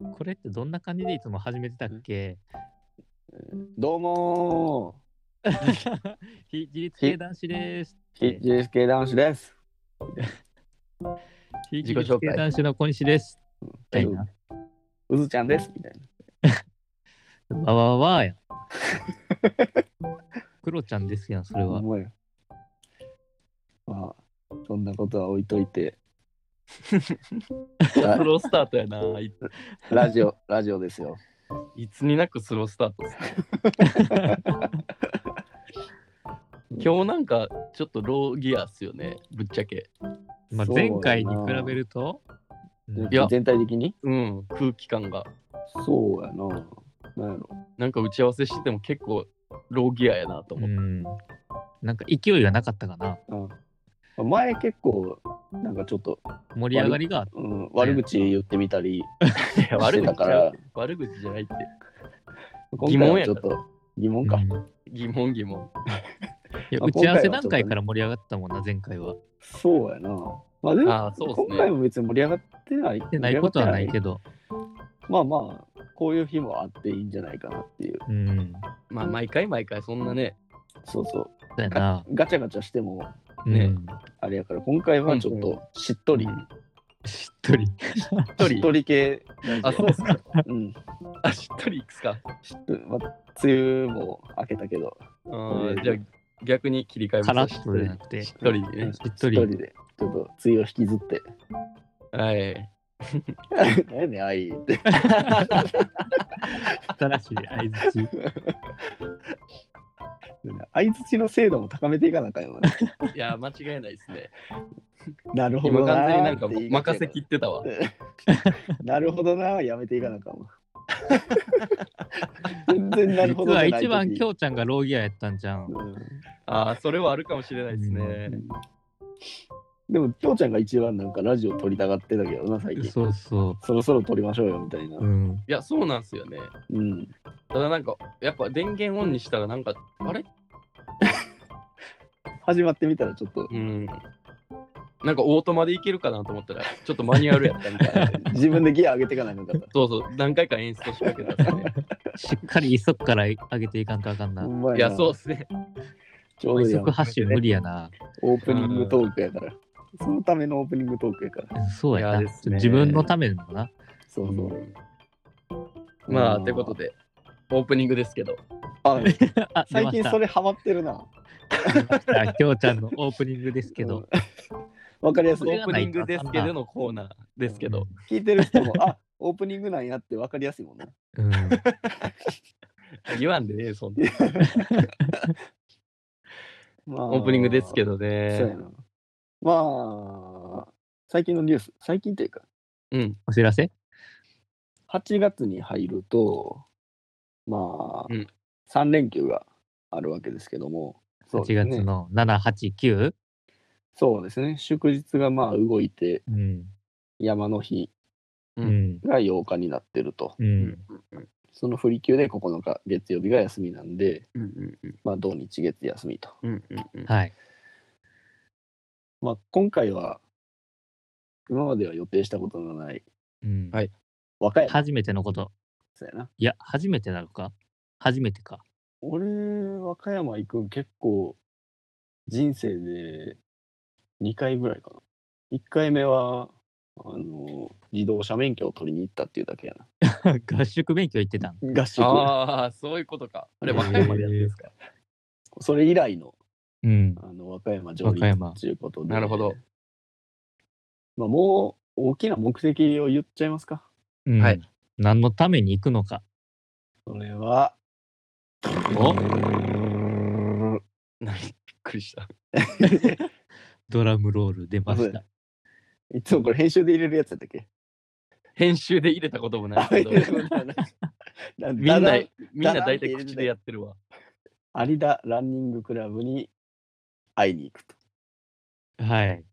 これってどんな感じでいつも始めてたっけどうも非自立系男子です。ー、非自立系男子です。非自自己立紹系介男子の小西です。みたいな。うずちゃんです。みたいな。わわわわや。 クロちゃんですやん、それは。思えよまあ、そんなことは置いといて。ラスロースタート やな。いラジオ、ラジオですよ。いつになくスロースタートっすね。 今日なんかちょっとローギアっすよね、ぶっちゃけ。まあ、そうだ前な回に比べると、うんいや全体的にうん、空気感が。そうやな。なんやろ。なんか打ち合わせしてても結構ローギアやなとう思って。ん、なんか勢いがなかったかな。うん前結構、なんかちょっと、盛り上がりが、うん、悪口言ってみたりいやして悪た口かじゃら、悪口じゃないって。今回はちょっと疑問か。うん疑問疑問。いやまあ打ち合わせ段階から盛り上がったもんな、前回は。そうやな。まあでも、ああ、そうっ今す回ね。も別に盛り上がってない。でないことはないどけど、まあまあ、こういう日もあっていいんじゃないかなっていう。うん、まあ毎回毎回そんなね、そうそう。だよな。ガチャガチャしてもねうんあれやから、今回はちょっうんとしっとり、うんしっとり。としりっとり系ラジオ。あ、そうっすか。うん。あ、しっとりいくっすか。しっとりまあ、梅雨も明けたけど、あーじゃあ逆に切り替えますカラッとじゃなくてしっとりでうんねし。っとりで、ちょっと梅雨を引きずって。 はい。何やねん、あいって。新しい相づち。相づちの精度も高めていかなあかんよ な。いや、間違いないです ね。なるほ今どな完全になーんってか言い方や任せきってたわ。なるほどなーやめていかなあかん わ。全然なるほ実どじゃはない一番時きょうちゃんがローギアやったんじゃん。うんああ、それはあるかもしれないですね。でも、きょうちゃんが一番なんかラジオ撮りたがってたけどな、最近。そうそそろそろ撮りましょうよ、みたいなう。う。ん。いや、そうなんですよね。うん。ただなんか、やっぱ電源オンにしたらなんか、あれ始まってみたらちょっと、うん。なんかオートマでいけるかなと思ったら、ちょっとマニュアルや ったみたいな。自分でギア上げていかなあかん かっそうそう、何回か演出しかけたんですね。しっかり急っから上げていかんとあかんた。な。ほんまいや、そうう。っすね。ちょうどいいやん急発進無理やな。オープニングトークやから。そのためのオープニングトークやから。そうやな。いやですね自分のためのな。そうそう。まあ、うんってこと。で、オープニングですけど。 あ あ、出最まし近たそ。れハマってるな。あきょうちゃんのオープニングですけど。うん。わかりやオすい。ープニングですけどのコーナーですけど。聞いてる人も、あオープニングなんやってわかりやすいもんな。うん。言わんでねえ、そんな。まあ オープニングですけどそうやね。な。まあ、最近のニュース、最近というか、うん。お知らせ8月に入ると、まあ、うん3連休があるわけですけども、そう ?8 ですね月の7、8、9? そうですね、祝日がまあ動いて、うん。山の日ううんん。が8日になってると、ううんん。うんその振り休で9日、月曜日が休みなんで、うんうんまあ、土日月休みと。うんうんうんはい。まあ、今回は、今までは予定したことのない、うんはい若いや初めてのこと。つやな。いや、初めてなのか初めてか。俺、和歌山行くん結構、人生で2回ぐらいかな。1回目は、あの、自動車免許を取りに行ったっていうだけや 合宿勉強行ってたん。な。合宿。ああ、そういうことか。あれ、へー和歌山でやってるんですか。それ以来の、うん。あの、和歌山上和歌陸山ということで。なるほど。。まあ、もう、大きな目的を言っちゃいますか。うんはい。何のために行くのか。それは、おびっくりした。ドラムロール出ました。いつもこれ編集で入れるやつやったっけ編集で入れたこともないあけいど、やまあ ななみんだなら、みんな大体口でやってるわ。有田ランニングクラブに会いに行くと。はい。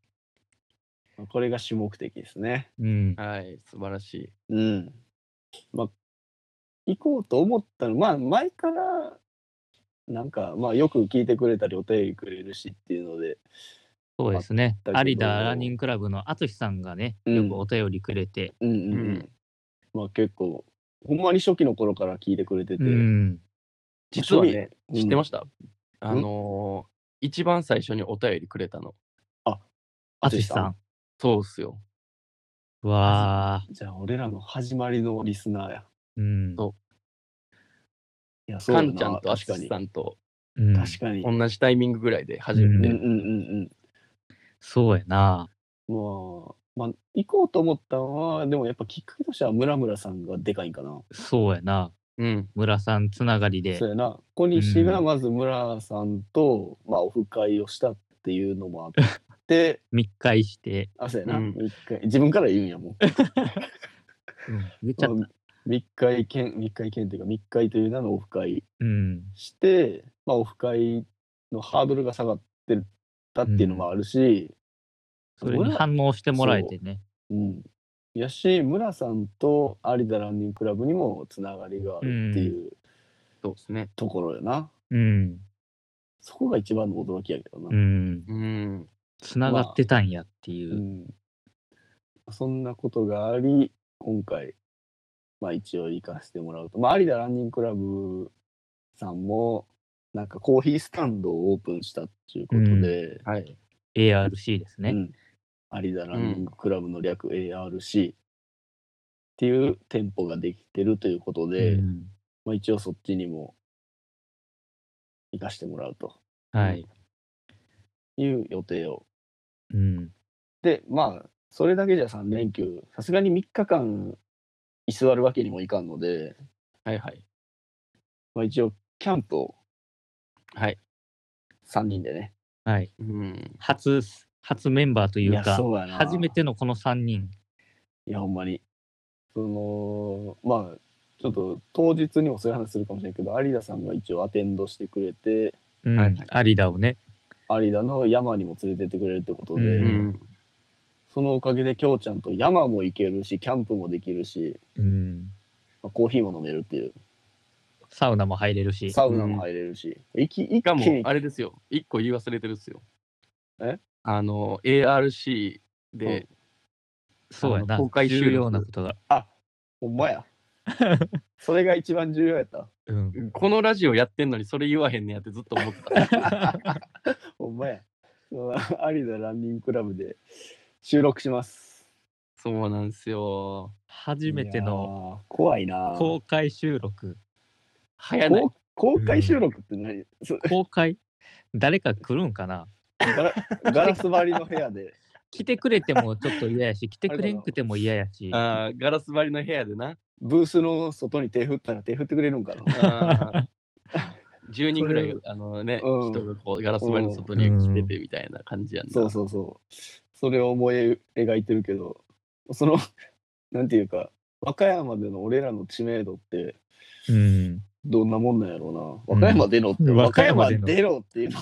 これが主目的ですね。うん。はい、素晴らしい。うん。まあ、行こうと思ったの、まあ、前から、なんか、まあ、よく聞いてくれたり、お便りくれるしっていうので、そうですねあった。けど有田ランニングクラブの淳さんがね、うんよくお便りくれて、うんうんううんん。まあ結構、ほんまに初期の頃から聞いてくれてて、うん。実はね、趣味知ってうまんした、あのー一番最初にお便りくれたの。あつしさ淳ん。そうっすよ。わあ。じゃあ、俺らの始まりのリスナーや。うん。そいや、そうカやなンちゃんとアシ確かスに。さんとうん確かに。うん同じタイミングぐらいで始めうんて、にうんうんそうやな。うん。まあ、まあ、行こうと思ったのは、でもやっぱきっかけとしては、村村さんがでかいんかな。そうやな。うん、村さんつながりでそう。やな。小西がうんまず村さんと、まあ、オフ会をしたっていうのも あって、密会して。あ、そうやな。うん一回、自分から言うんやもうん。ん。言っちゃった。密会兼、密会兼というか、密会という名のオフ会うん。して、まあ、オフ会のハードルが下がってたっていうのもあるし、それに反応してもらえてね。うん。やし、村さんと有田ランニングクラブにもつながりがあるっていうそうですね。ところやな。うん。そこが一番の驚きやけどな。うん。うん、つながってたんやっていうう。ん、そんなことがあり今回、まあ、一応行かせてもらうと、まあ、有田ランニングクラブさんもなんかコーヒースタンドをオープンしたっていうことで、はい。 ARC ですうね。ん有田ランニングクラブの略 ARC っていう店舗ができてるということうで、ん。まあ、一応そっちにも行かせてもらうとはい。いう予定をうん。でまあそれだけじゃ3連休さすがに3日間居座るわけにもいかんので、はいはい。まあ、一応キャンプをはい3人でねはい。うん、初、初メンバーといういやかそうや、な初めてのこの3人。いやほんまにそのまあちょっと当日にもそういう話するかもしれないけど有田さんが一応アテンドしてくれてうはんいは。有田をね。有田の山にも連れてってくれるってことで、ううん、そのおかげで京ちゃんと山も行けるしキャンプもできるし、うん。まあコーヒーも飲めるっていうサウナも入れるし。サウナも入れるし、一気一しか気もに、あれですよ、一個言い忘れてるっすよ。えあの、ARC うで、そうやあな。の公開収録重要なことが。ほんま や。それが一番重要やった。うん。このラジオやってんのにそれ言わへんねやってずっと思って た。ほんまや。そう有田ランニングクラブで収録します。そうなんですよ。初めてのいやー。怖いなー。公開収録。早ないこ。う公開収録って何、そう公開 誰か来るんかなガラガラス張りの部屋で。 来てくれてもちょっと嫌やし、来てくれんくても嫌やし。あーガラス張りの部屋でな。ブースの外に手振ったら手振ってくれるんかな。あー10人ぐらいそれ、あのね、うん人がこうガラス張りの外に来ててみたいな感じやんな。そうそうそう。それを思い描いてるけど、その、なんていうか、和歌山での俺らの知名度ってうん。どんなもんなんやろううんな。和歌山でのって、うん和歌山和歌山でのでろっていうの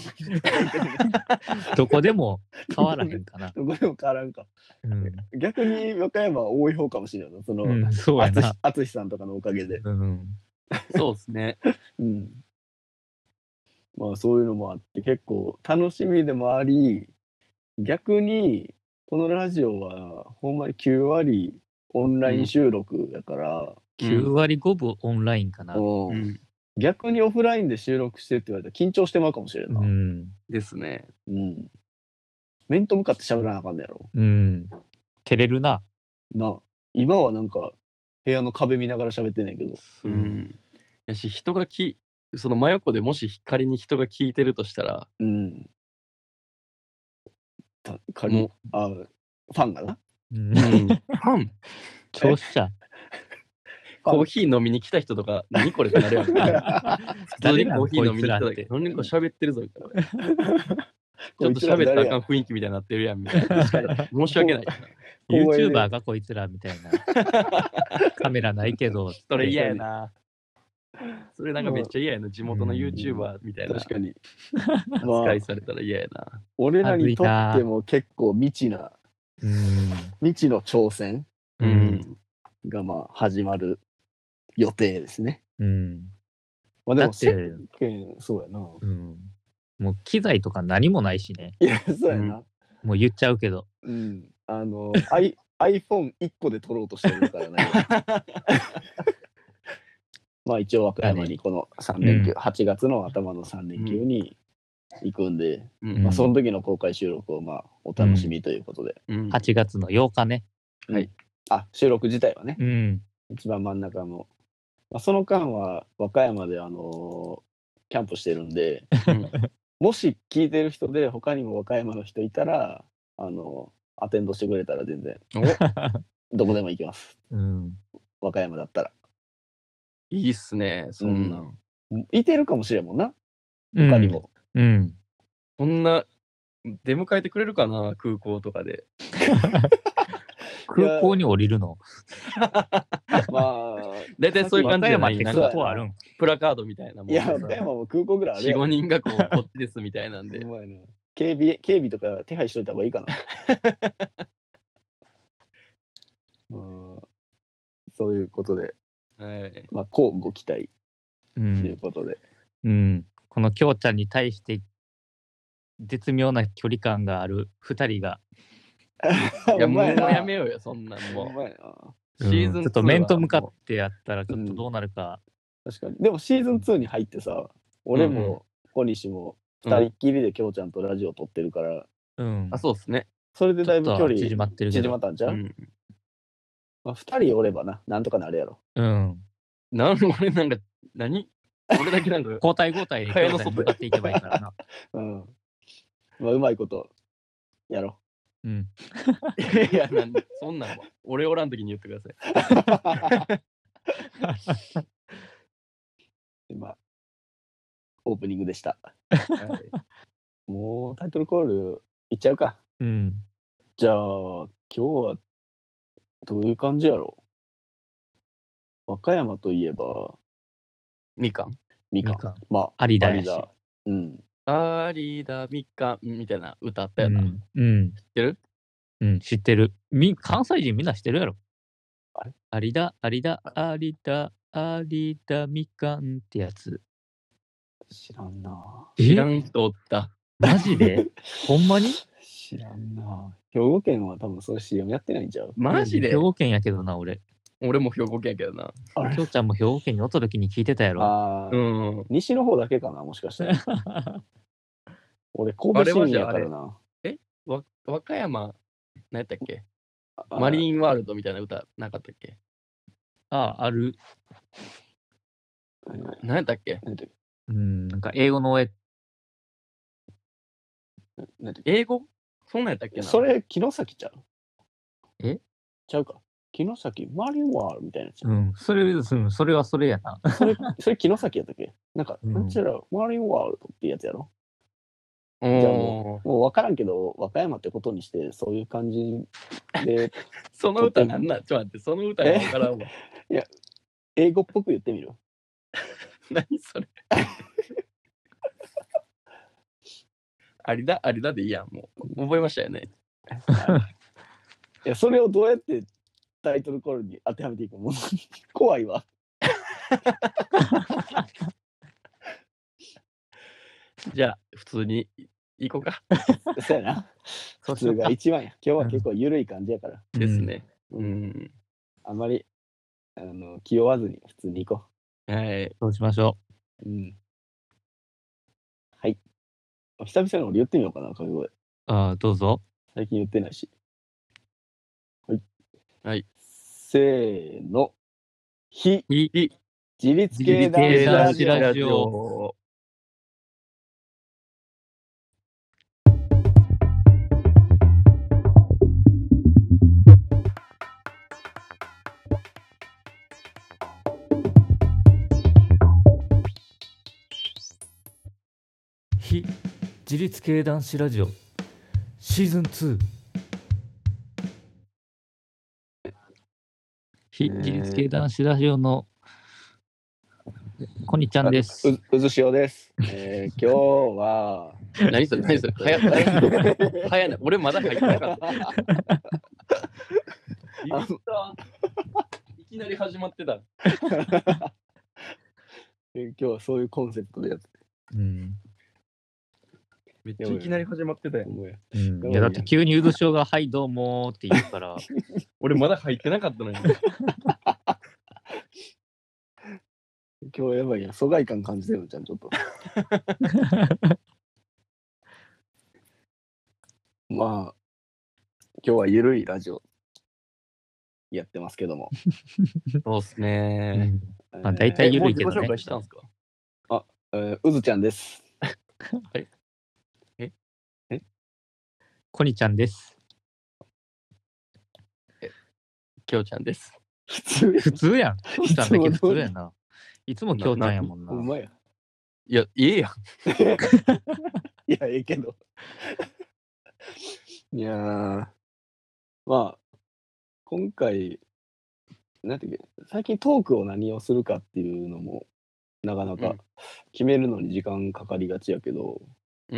がどこでも変わらへん かな。どこでも変わらんか。うん。逆に和歌山は多い方かもしれないな。その、うん、そうやあつしな。あつしさんとかのおかげで。うん。そうですね。うん。まあそういうのもあって結構楽しみでもあり、逆にこのラジオはほんまに9割オンライン収録やから、 9割5分オンラインかな。うんうん逆にオフラインで収録してって言われたら緊張してまうかもしれんなうい。ん。ですね。うん。面と向かって喋らなあかんのやろ。うん。照れるな。な、今はなんか部屋の壁見ながら喋ってんねんけど。う。ん。やし、人がき、その真横でもし仮に人が聞いてるとしたら、うん。た仮にもあファンがな。うんう、うん、パン聴者。コーヒー飲みに来た人とか、何これってなるやん。普通誰になコーんヒー飲みに来たこいつらだっけて、何か喋ってるぞみたいな。ちこょっいとつら喋ったらあかん誰雰囲気みたいになってるやんみたいな。申し訳ない。や光栄で YouTuber がこいつらみた いな。カメラないけど。それ嫌やな。それなんかめっちゃ嫌やな。地元の YouTuber みたいな 確かに。ま 扱あい、されたら嫌やな。俺らにとっても結構未知な、うん。未知の挑戦う。うんん。がまあ始まる予定ですね。うん。まあでだもっ世て、間、そうやな。うん。もう機材とか何もないしね。いや、そうやな。もう言っちゃうけど。 うん。あの、アイ iPhone1 個で撮ろうとしてるからね。まあ一応和歌山にこの3連休、うん8月の頭の3連休に行くんで、うんまあ、その時の公開収録をまあお楽しみということで、うん8月の8日ね。あ収録自体はね、うん。一番真ん中の、まあ、その間は和歌山であのーキャンプしてるんでうんもし聞いてる人で他にも和歌山の人いたらあのアテンドしてくれたら全然おどこでも行きますうん。和歌山だったらいいっすね、そんな。ういてるかもしれんもんなうん他にも、うん。こんな、出迎えてくれるかな、空港とかで。空港に降りるの。まあ大体そういう和歌感じじゃな山っいてなん空か港あるん。プラカードみたいなもんいでさや和歌山も空港ぐらいある4、やん5人がこう、こっちですみたいなんでう。まいな警備警備とか手配しといた方がいいかな うんそういうことで、はい。まあ、こうご期待う。というんことで、うん。この京ちゃんに対して、絶妙な距離感がある2人が、いや、おもう前なやめようよ、そんなんおも前なう。うんシーズンちょっと2は面と向かっもてやったら、ちょっとどうなるか。確かにでもシーズン2に入ってさ俺も小西もう二人っきりで京ちゃんとラジオ撮ってるから、うん。あ、そうっすね。それでだいぶ距ちょっ離と縮まってるけど縮まったんじゃ、うんん。まあ、2人おればななんとかなるやろうん。なん俺なんか、何俺だけなんか、交代交代で蚊京帳のちゃんに外向かっていけばいいからな。うんまあうまいことやろうん。 いや、なんで、そんなんは俺おらん時に言ってください。う 今オープニングでしたはいもうタイトルコールいっちゃうかうん。じゃあ今日はどういう感じやろ和歌山といえばみかん。みかんみかんまあありだありやし。だうんありだみかんみたいな歌あったうよな。ん。うん。知ってるうん、知ってる。み関西人みんな知ってるやろあれ。ありだ、ありだ、ありだ、ありだ、みかんってやつ。知らんな知らん人おった。マジ でほんまに知らんな兵庫県は多分そういう CM やってないんちゃうマジで兵庫県やけどな、俺。俺も兵庫県やけどな。あれきょうちゃんも兵庫県におった時に聞いてたやろ。あー、うん。西の方だけかなもしかしたら俺神戸市民やからなわ和歌山、何やったっけあマリンワールドみたいな歌なかったっけあ、ある。何やったっけなんてうん、なんか英語の絵。なんて英語そんなんやったっけなそれ城崎ちゃうえちゃうか城崎マリンワールみたいなやつうん、それ、うん、それはそれやな。それ それ城崎やったっけなんか、うんなんちゃらマリンワールドっていうやつやろおじゃあーももう分からんけど和歌山ってことにしてそういう感じ でその歌なんなんちょっと待って、その歌がわからんわ。英語っぽく言ってみる 何 それありだ、ありだでいいやん。もう覚えましたよね。いやそれをどうやってタイトルコールに当てはめていくもう 怖いわじゃあ、普通に行こうか。そうやなそ普うしよ通うかが一番や今日は結構緩い感じやから、ですね。ううんん。あんまりあの気負わずに普通に行こはい。そうしましょう、うん、はい久々に俺言ってみようかな覚悟でう。あーどうぞ。最近言ってないしはいはいせーの非いい。自立系男自立系子ラ男ジ子オラジオ。非自立系男子ラジオシーズン2非自立系男子ラジオのこにちゃんです。ううずしおです、えー、今日は何それ何それ早く早く早いな。俺まだ入ってなかった。あいきなり始まってた。えー今日はそういうコンセプトでやってうんめっちゃいきなり始まってたやん。お前うん、いやだって急に渦潮が「はいどうも」って言うから俺まだ入ってなかったのに。今日やばいやん、疎外感感じてるのちゃん、ちょっと。まあ、今日はゆるいラジオやってますけども。そうっすうねんまあ大体え緩いけどねもう自己紹介したんすかーえーうずちゃんです。コニちゃんですきょうちゃんです。普通や普通やんきょうちゃんだけいつも普通り通やないつもきょうちゃんやもんなほんまや。いや、いいやん。いや、ええけど。 いやー、まあ、今回、なんていうか、最近トークを何をするかっていうのも、なかなうかん決めるのに時間かかりがちやけど、う。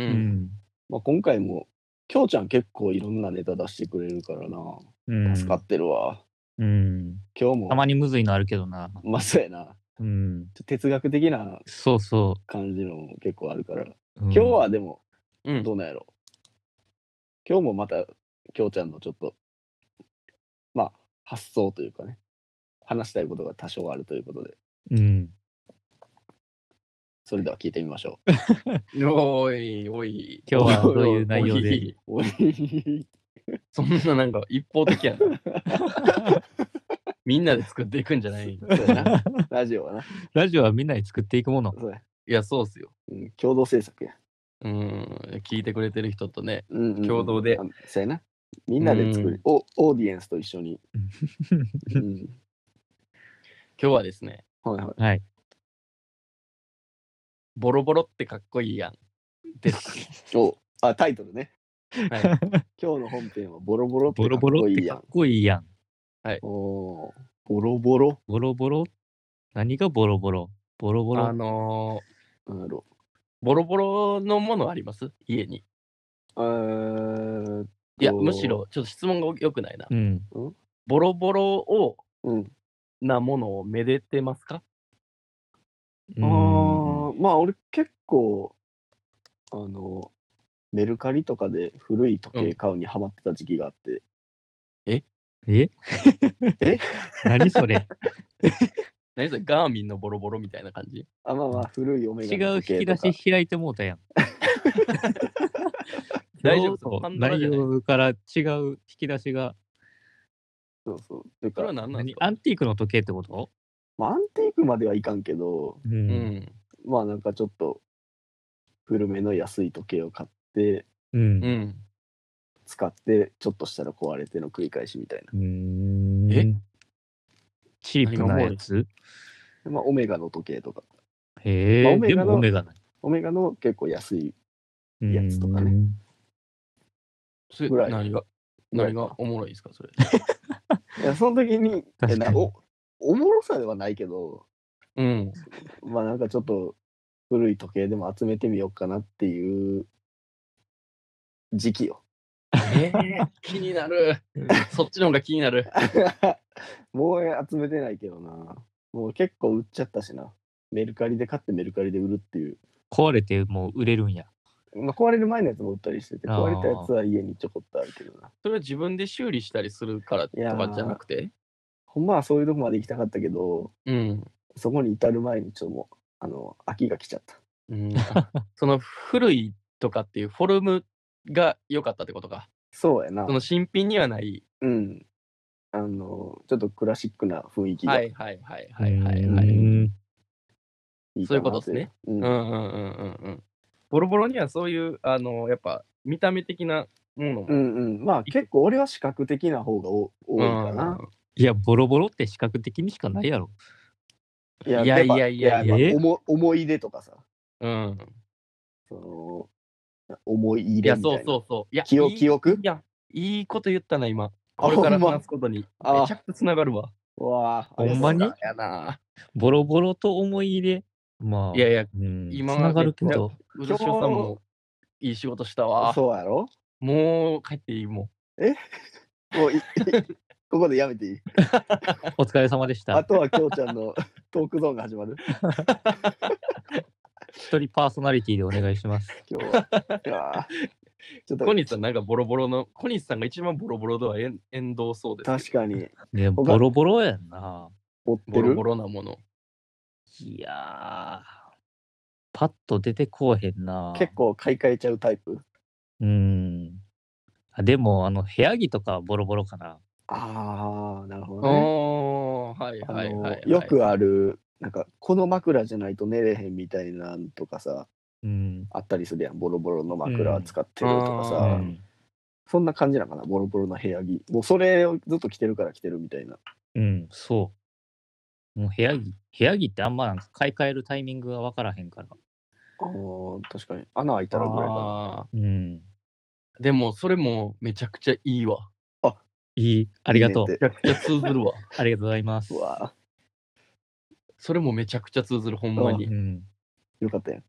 うんん、まあ、今回も、きょうちゃん結構いろんなネタ出してくれるからな、うん、助かってるわ。うん今日も、たまにむずいのあるけどなまあ、そうやな、ちょうんっと哲学的なそうそ感じのも結構あるから、う、うん今日はでも、う ん。どうなんやろ今日もまた、きょうちゃんのちょっと、まあ、発想というかね、話したいことが多少あるということで、うんそれでは聞いてみましょおい、おい。今日はどういう内容おいで。う。おいそんななんか一方的やな。 みんなで作っていくんじゃない。いそうやなラジオはな、ラジオはみんなで作っていくものそうやや、そうっすよ。うん、共同制作や。うん。聞いてくれてる人とね。うんうんうん共同であそうやな。みんなで作る、おオーディエンスと一緒 に。うん、今日はですね、はいはい。はいボロボロってかっこいいやん。です。おあ、タイトルね。はい。 今日の本編はボロボロってボかロっボロこっいていかやっん。こいいやんおーボロボロボロボロ何がボロボロボロボあロのーなんやろボロボロのものあります家に。えーっといや、むしろ、ちょっと質問が良くないな。うんボロボロを、うんなものをめでてますかうあんーまあ俺結構あのメルカリとかで古い時計買うにハマってた時期があって、ええ 何それ何それガーミンのボロボロみたいな感じあまあまあ古いお違う眼鏡引時き計と出かし開いてもうたやん。大丈夫そうパンドラ内じゃない容から違う引き出しが。そうそうというそかれは、何なん何ですアかンティークの時計ってことまあ、アンティークまではいかんけどう。うんん。まあなんかちょっと古めの安い時計を買ってう。うんん。使ってちょっとしたら壊れての繰り返しみたいなうんえチープなやつでまあオメガの時計とかへまあえ、オメでガのもオメガなオメガの結構安いい。やつとかねうん。それぐらい何がぐらい何がおもろいですかそれ。いやその時にえ確かなにおおもろさではないけどうん。まあなんかちょっと古い時計でも集めてみようかなっていう時期よ。 えー、 気になる。そっちの方が気になる。もう集めてないけどな。もう結構売っちゃったしな。メルカリで買ってメルカリで売るっていう。壊れてもう売れるんや。まあ、壊れる前のやつも売ったりしてて、あー壊れたやつは家にちょこっとあるけどな。それは自分で修理したりするからといやかーじゃなくて。ほんまはそういうとこまで行きたかったけど、うん。そこに至る前にちょっともう、あの、秋が来ちゃった。 うん、その古いとかっていうフォルムが良かったってことか。そうやなそ。の新品にはない。うん。あの、ちょっとクラシックな雰囲気がはいいはいはいはいはいはうい。んいそういうかこなとっってすいう。ねううんん。うんうんうんうん。ボロボロにはそういう、あの、やっぱ見た目的なものもうんうん、まあ結構俺は視覚的な方がお多いかな。いや、ボロボロって視覚的にしかないやろ。いいやっぱいやいやいやっぱ思思い出とかさ、うん。うん。その思い入いれや、みたいそな。うそうそう。いや、記憶いい記憶いや、いいこと言ったな、今。あこれからほんま話すことに。あめちゃくちゃつながるわ。うわあほんまにありがやな。ボロボロと思い入れ。まあ、いやいや、うん、つ今ながるけど。うずしおさんもいい仕事したとうわ。そうやろもう帰っていいももうい ここでやめていい。お疲れ様でしたあ。とはきょうちゃんのトークゾーンが始まる。一人パーソナリティでお願いし ます。今日 は。いやーちょっと小西さんなんかボロボロの、小西さんが一番ボロボロではえん遠藤そうです。確かに、ね、他ボロボロやんな。追ってボロるボロなもの。いやー、パッと出てこうへんな。結構買い替えちゃうタイプ。うん。あでも、あの、部屋着とかはボロボロかな。ああ、なるほどね。おー、はいはいはい、はいあのよくある、なんか、この枕じゃないと寝れへんみたいなんとかさ、うん。あったりするやん。ボロボロの枕使ってるとかさ、うあーん。そんな感じなのかな、ボロボロの部屋着。もうそれをずっと着てるから着てるみたいな。うん、そう。もう部屋着、部屋着ってあんまなんか買い替えるタイミングが分からへんから。あー確かに。穴開いたらぐらいかあうん。ーでも、それもめちゃくちゃいいわ。いい、あありがとう。めちゃくちゃ通ずる わ。ありがとうございます。うわそれもめちゃくちゃ通ずる、ほんまうに。ん。ーよかったやん。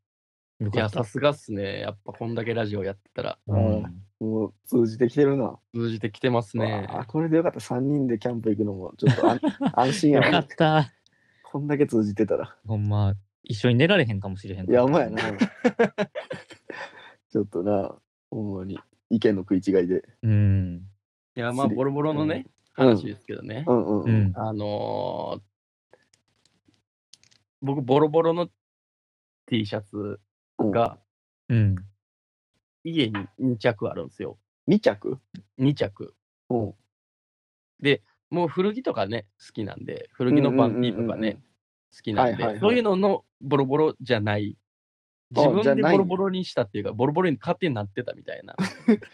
よいかや、ったさ。すがっすね。やっぱこんだけラジオやってたらうんもう通じてきてるな。通じてきてますね。あこれでよかった。3人でキャンプ行くのも、ちょっとあん安心やよかわっ。た。こんだけ通じてたら。ほんま、一緒に寝られへんかもしれへん。いや、お前や な。。ちょっとな、ほんまに意見の食い違いで。うん。いや、まあ、すりボロボロのね、うん話ですけどね。うんうんう。うんん。あのー僕、ボロボロの T シャツがうん。家に2着あるんですよ。 2着2着。うん。もう古着とかね、好きなんで、古着のパンティーとかうんうんうんうんね、好きなんはいはいはで、いそういうののボロボロじゃない。あ自分じゃでないボロボロにしたっていうか、ボロボロに勝手になってたみたいな。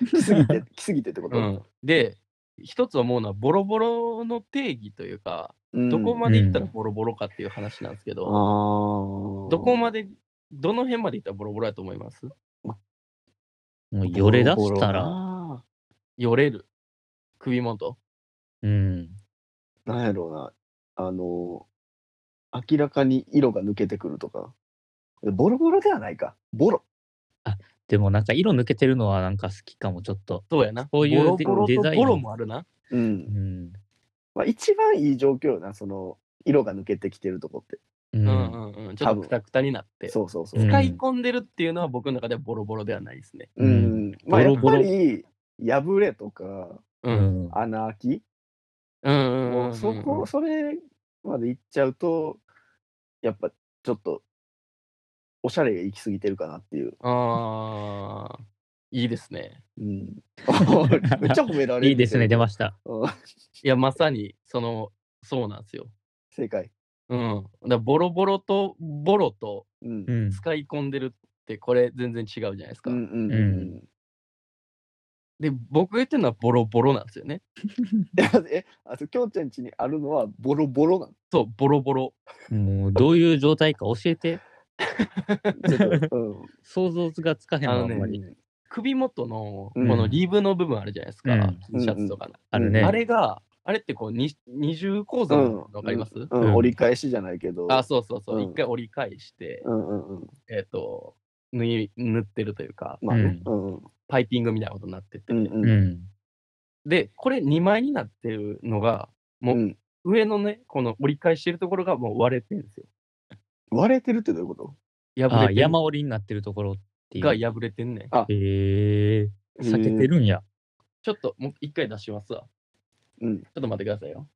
来すぎて、来すぎてってこと、うん、で、一つ思うのは、ボロボロの定義というか、うんどこまでいったらボロボロかっていう話なんですけど、あどこまでで、どの辺までいったらボロボロやと思います もう、よれ出したら。なよれる。首元。うん。なんやろうな。あの、明らかに色が抜けてくるとか。ボロボロではないか。ボロ。でも、なんか色抜けてるのはなんか好きかも、ちょっと。そうやな。そういうボロボロデとデザインボロもあるな。うう。んん。まあ、一番いい状況よな、その、色が抜けてきてるとこっ。う。うんんうんうん。ちょっとくたくたになってて。そうそうそう。うん使い込んでるっていうのは僕の中ではボロボロではないですね。うん。まあ、やっボぱロボロり、破れとか、う。うんん。穴開き、うんうんうんうもん。うそこ、それまで行っちゃうと、やっぱちょっと、おしゃれが行き過ぎてるかなっていう。ああ。いいですね。うん、めっちゃ褒められる。いいですね、出ました。うんいや、まさに、その、そうなんですよ。正解。うん。だからボロボロとボロとうんう。ん。使い込んでるって、これ全然違うじゃないですうか。んうんうんう。うんで、僕が言ってるのはボロボロなんですよね。え、あそう、きょうちゃん家にあるのはボロボロなのそう、ボロボロ。もう、どういう状態か教えて。ちょっと、うん想像がつかへんわ、ああのんねまり。首元のこうんのリーブの部分あるじゃないですか、うん T シャツとかの、あるね。あれがあれってこうに二重構造なのわかります、うんうん折り返しじゃないけど。あそうそうそううん一、回折り返してうんうんうん。えっ、と縫い縫ってるというかまあね。ううんうんパイピングみたいなことになってて、うんううんん。でこれ2枚になってるのがう。もうん上のねこの折り返してるところがもう割れてるんですよ割れてるってどういうこと破あれてる山折りになってるところっていう。がへ破れてんねんえ。避けてるんや。ちょっともう一回出しますわうん。ちょっと待ってくださいよ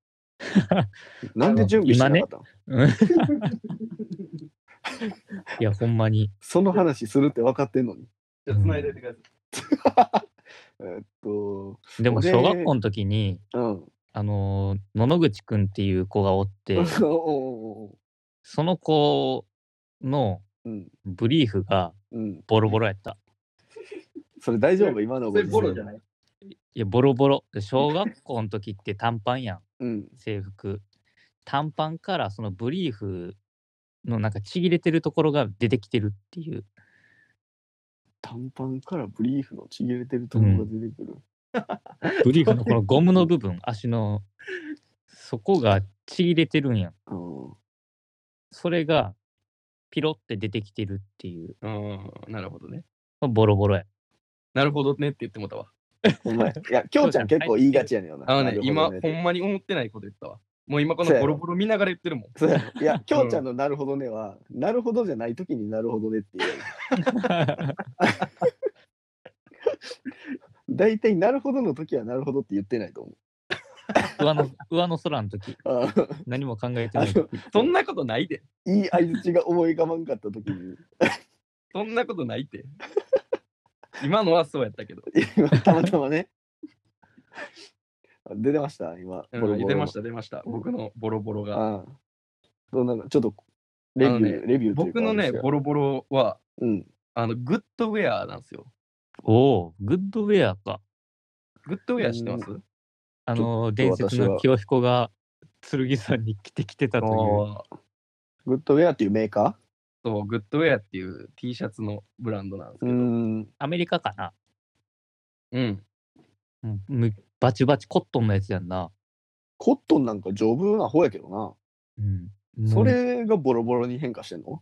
なんで準備してなかったのうんいや、ほんまに。その話するって分かってんのに。じゃあ繋いでてください、えーっと、でも、俺小学校の時に、うん。あのー、野々口くんっていう子がおって お、ーおその子のーおーうん。ブリーフがうん。ボロボロやった。それ大丈夫今のご時世ボロじゃないいや、ボロボロ。で小学校の時って短パンやん、うん。制服。短パンからそのブリーフのなんかちぎれてるところが出てきてるっていう。短パンからブリーフのちぎれてるところが出てくる。ブリーフのこのゴムの部分、 足の、そこがちぎれてるんやん。うん。それがピロって出てきてるっていう、うんなるほどねボロボ ロや。なるほどねって言ってもたわ お前、いや、きょうちゃん結構言いがちやねんよな。あのなねるほど今ねほんまに思ってないこと言ったわもう今こそうのやボろロボロ見ながら言ってるもん。そうやろいや、きょうちゃんのなるほどねは、なるほどじゃないときになるほどねっていう。大体なるほどの時はなるほどって言ってないと思う。上の上の空の時 あ何も考えてあない。の そんなことないで。いい相槌が思い浮かばんかった時に、そんなことないって。今のはそうやったけど。 今たまたま ね。出てました今。うんボロボロ出ました、出ました。僕のボロボロが。ああどうなのちょっとレビュー、あのねレビューというか僕のね、あれですよボロボロは、うん。あの、グッドウェアなんですよ。おお、グッドウェアか。グッドウェア知ってますあちの伝説私のは清彦が剣さんに着てきてたという。あーグッドウェアっていうメーカそう、グッドウェアっていう T シャツのブランドなんですーけうど。ん。アメリカかな。うん。うんむバチバチコットンのやつやんな。コットンなんか丈夫な方やけどな。うん。それがボロボロに変化してんの、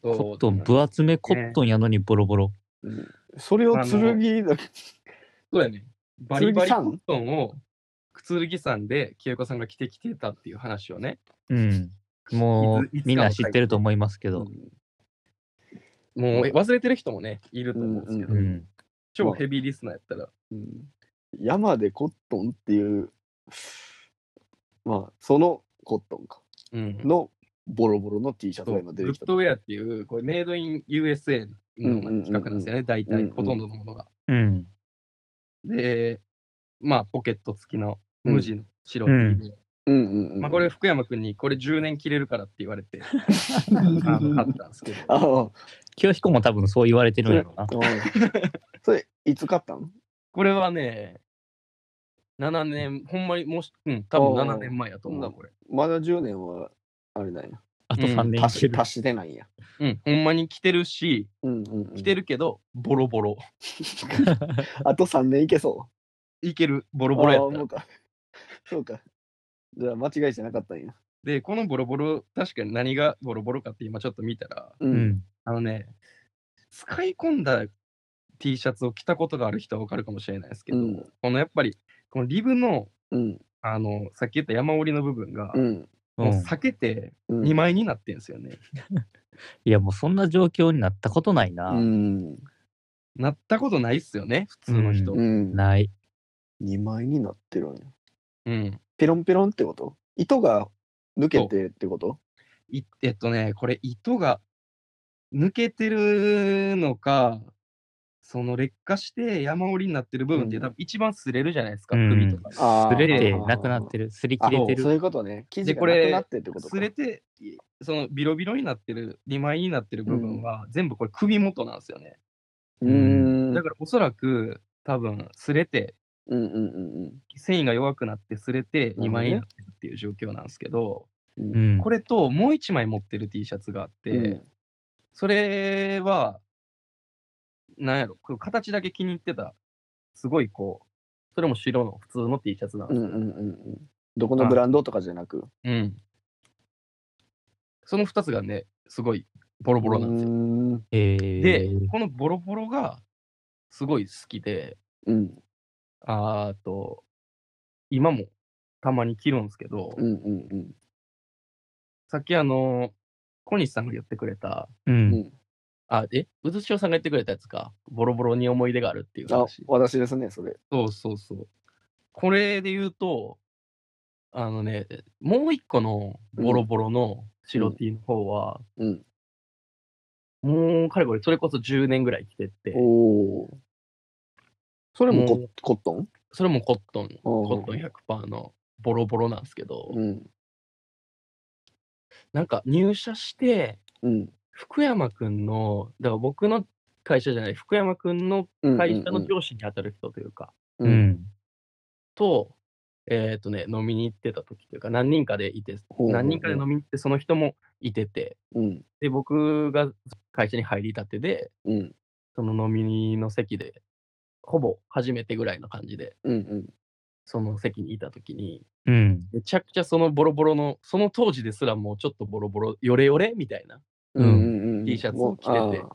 そもううコットン分厚めコットンやのにボロボロ。それをあの剣だけ、そうやね。バリバリ剣さコんットンを、剣さんで清子さんが着てきてたっていう話をね、うん。もういついつかみんな知ってると思いますけど。もう忘れてる人もね、いると思うんですけど、うんうん。超ヘビーリスナーやったら、うん山でコットンっていう、まあ、そのコットンか。うんのボロボロの T シャツそがう今グ出てッきた。ドウェアっていう、これメイドイン USA のまあ企画なんですよね、大うん体、うんほとんどのものが。うん。で、まあ、ポケット付きの無地の白 T で、うんうんうんうん。まあ、これ、福山君にこれ10年着れるからって言われて、あの買ったんですけど、 あ あ、清彦も多分そう言われてるんやろな。それ、いつ買ったのこれはね、7年、ほんまにもし、うん、多分7年前やと思うあな、ーこれ。まだ10年は、あれなんや。あとうん3年い足けしる。足してないんや。うん、ほんまに着てるし、うんうん、うん。着てる。るけど、ボロボロ。 あと3年いけそう。いける、ボロボロやあっあたもう。か。 そうか。じゃあ、間違いじゃなかったんや。で、このボロボロ、確かに何がボロボロかって今ちょっと見たら、う。うんん。あのね、使い込んだ T シャツを着たことがある人はわかるかもしれないですけど、うんこのやっぱり、このリブの、うん。あの、さっき言った山折りの部分が、うん。うもうん避けてうん。 2枚になってんですよね。いやもうそんな状況になったことないな。うん。なったことないっすよね、普通の人。ううん。ない。 2枚になってるんや。うんペロンペロンってこと糸が抜けてってこといえっとね、これ糸が抜けてるのか、その劣化して山折りになってる部分ってうん多分一番擦れるじゃないですか、うん首とか。あ擦れてなくなってる。擦り切れてる。そうる。いうことね。生地でがこなれくなってってことか。擦れて、いそのビロビロになってる、2枚になってる部分は全部これ首元なんですよね。うーん。だからおそらく多分擦れて、うんうんうん繊維が弱くなって擦れてほどね2枚になってるっていう状況なんですけど、うん。うん。これともう1枚持ってる T シャツがあって、うんそれは、なんやろ、こう形だけ気に入ってた、すごいこう、それも白の普通の T シャツなんうでんすうけんど、うんうん。どこのブランドとかじゃなく。うんその2つがね、すごいボロボロなんですよ。よ。えでー、、このボロボロがすごい好きで、うんあーと、今もたまに着るんですけど、うんうんうん。さっきあの、小西さんが言ってくれた、ううんん。あ、え、うずしおさんが言ってくれたやつか、ボロボロに思い出があるっていうあ話。、私ですね、それ。そうそうそう。これで言うと、あのね、もう一個のボロボロの白 T の方は、うん。もうかれこれそれこそ10年ぐらい着ててお、お。それももココットンそれもコットン、ココットン100%のボロボロなんですけど、うん。なんか入社して、うん。福山くんの、だから僕の会社じゃない、福山くんのうん会社の上司に当たる人というか、う。ん。と、えっ、とね、飲みに行ってた時というか、何人かでいて、ほうほうほう何人かで飲みに行って、その人もいてて、うん。で、僕が会社に入りたてで、うん。その飲みの席で、ほぼ初めてぐらいの感じで、うん。うん。その席にいたときに、うん。めちゃくちゃそのボロボロの、その当時ですらもうちょっとボロボロ、ヨレヨレみたいな、うんうんうん。 T シャツを着ててあー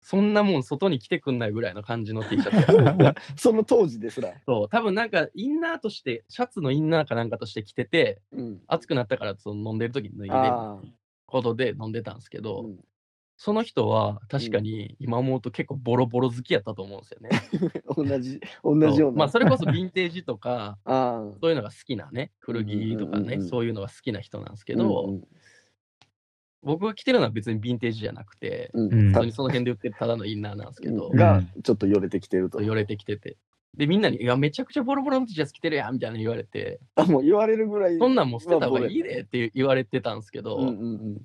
そんなもん外に来てくんないぐらいの感じの T シャツ。 その当時ですら。そう、多分なんかインナーとして、シャツのインナーかなんかとして着てて、うん。暑くなったからその飲んでる時に脱いで、あことで飲んでたんですけあ。ど、うんその人は確かに今思うと結構ボロボロ好きやったと思うんですよね。同じ、 同じようまあな。それこそヴィンテージとか、ああ。そういうのが好きなね、古着とか うんうんうんねう、んそういうのが好きな人なんですけど、僕が着てるのは別にヴィンテージじゃなくて、うん、うんた本当にその辺で売ってるただのインナーなんですけど、がちょっとよれてきてると。言われてきてて。で、みんなに、いや、めちゃくちゃボロボロの T シャツ着てるやんみたいな言われて、あもう言われるぐらい。そんなんもう捨てた方がいいでって言われてたんですけど、うんうん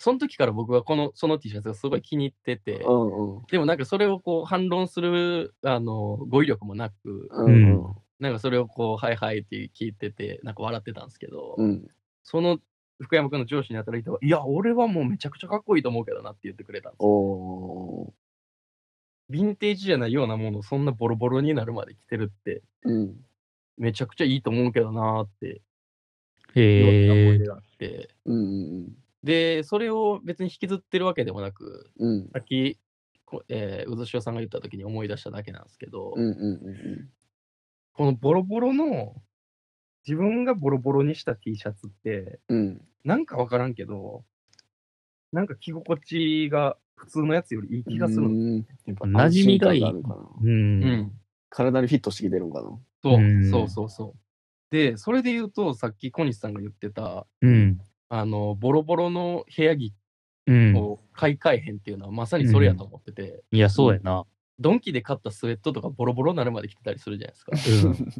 その時から僕はこの、その T シャツがすごい気に入ってて、うん。うんうん。でもなんかそれをこう反論する、あの、語彙力もなく、うんなんかそれをこう、はいはいって聞いてて、なんか笑ってたんですけど、うん。その福山君の上司に当たる人は、いや、俺はもうめちゃくちゃかっこいいと思うけどなって言ってくれたんですおよ。おヴィンテージじゃないようなものをそんなボロボロになるまで着てるって、ー。うん。めちゃくちゃいいと思うけどなーって言われた思へいえ出。があって、うんうんで、それを別に引きずってるわけでもなく、うん。うんさっき、こえー、渦潮さんが言った時に思い出しただけなんですけど、うんうんこのボロボロの、自分がボロボロにした T シャツって、うん。うん。なんかわからんけど、なんか着心地が普通のやつよりいい気がするの。うんやっぱ馴染みがいい安心感あるかなう。うんん体にフィットしてきてるんかな。そううんそうそうそう。で、それで言うと、さっき小西さんが言ってた、うん。あの、ボロボロの部屋着うん。を買い替えへんっていうのは、まさにそれやと思ってて、いや、そうやな。ドンキで買ったスウェットとかボロボロなるまで着てたりするじゃないですか。うん。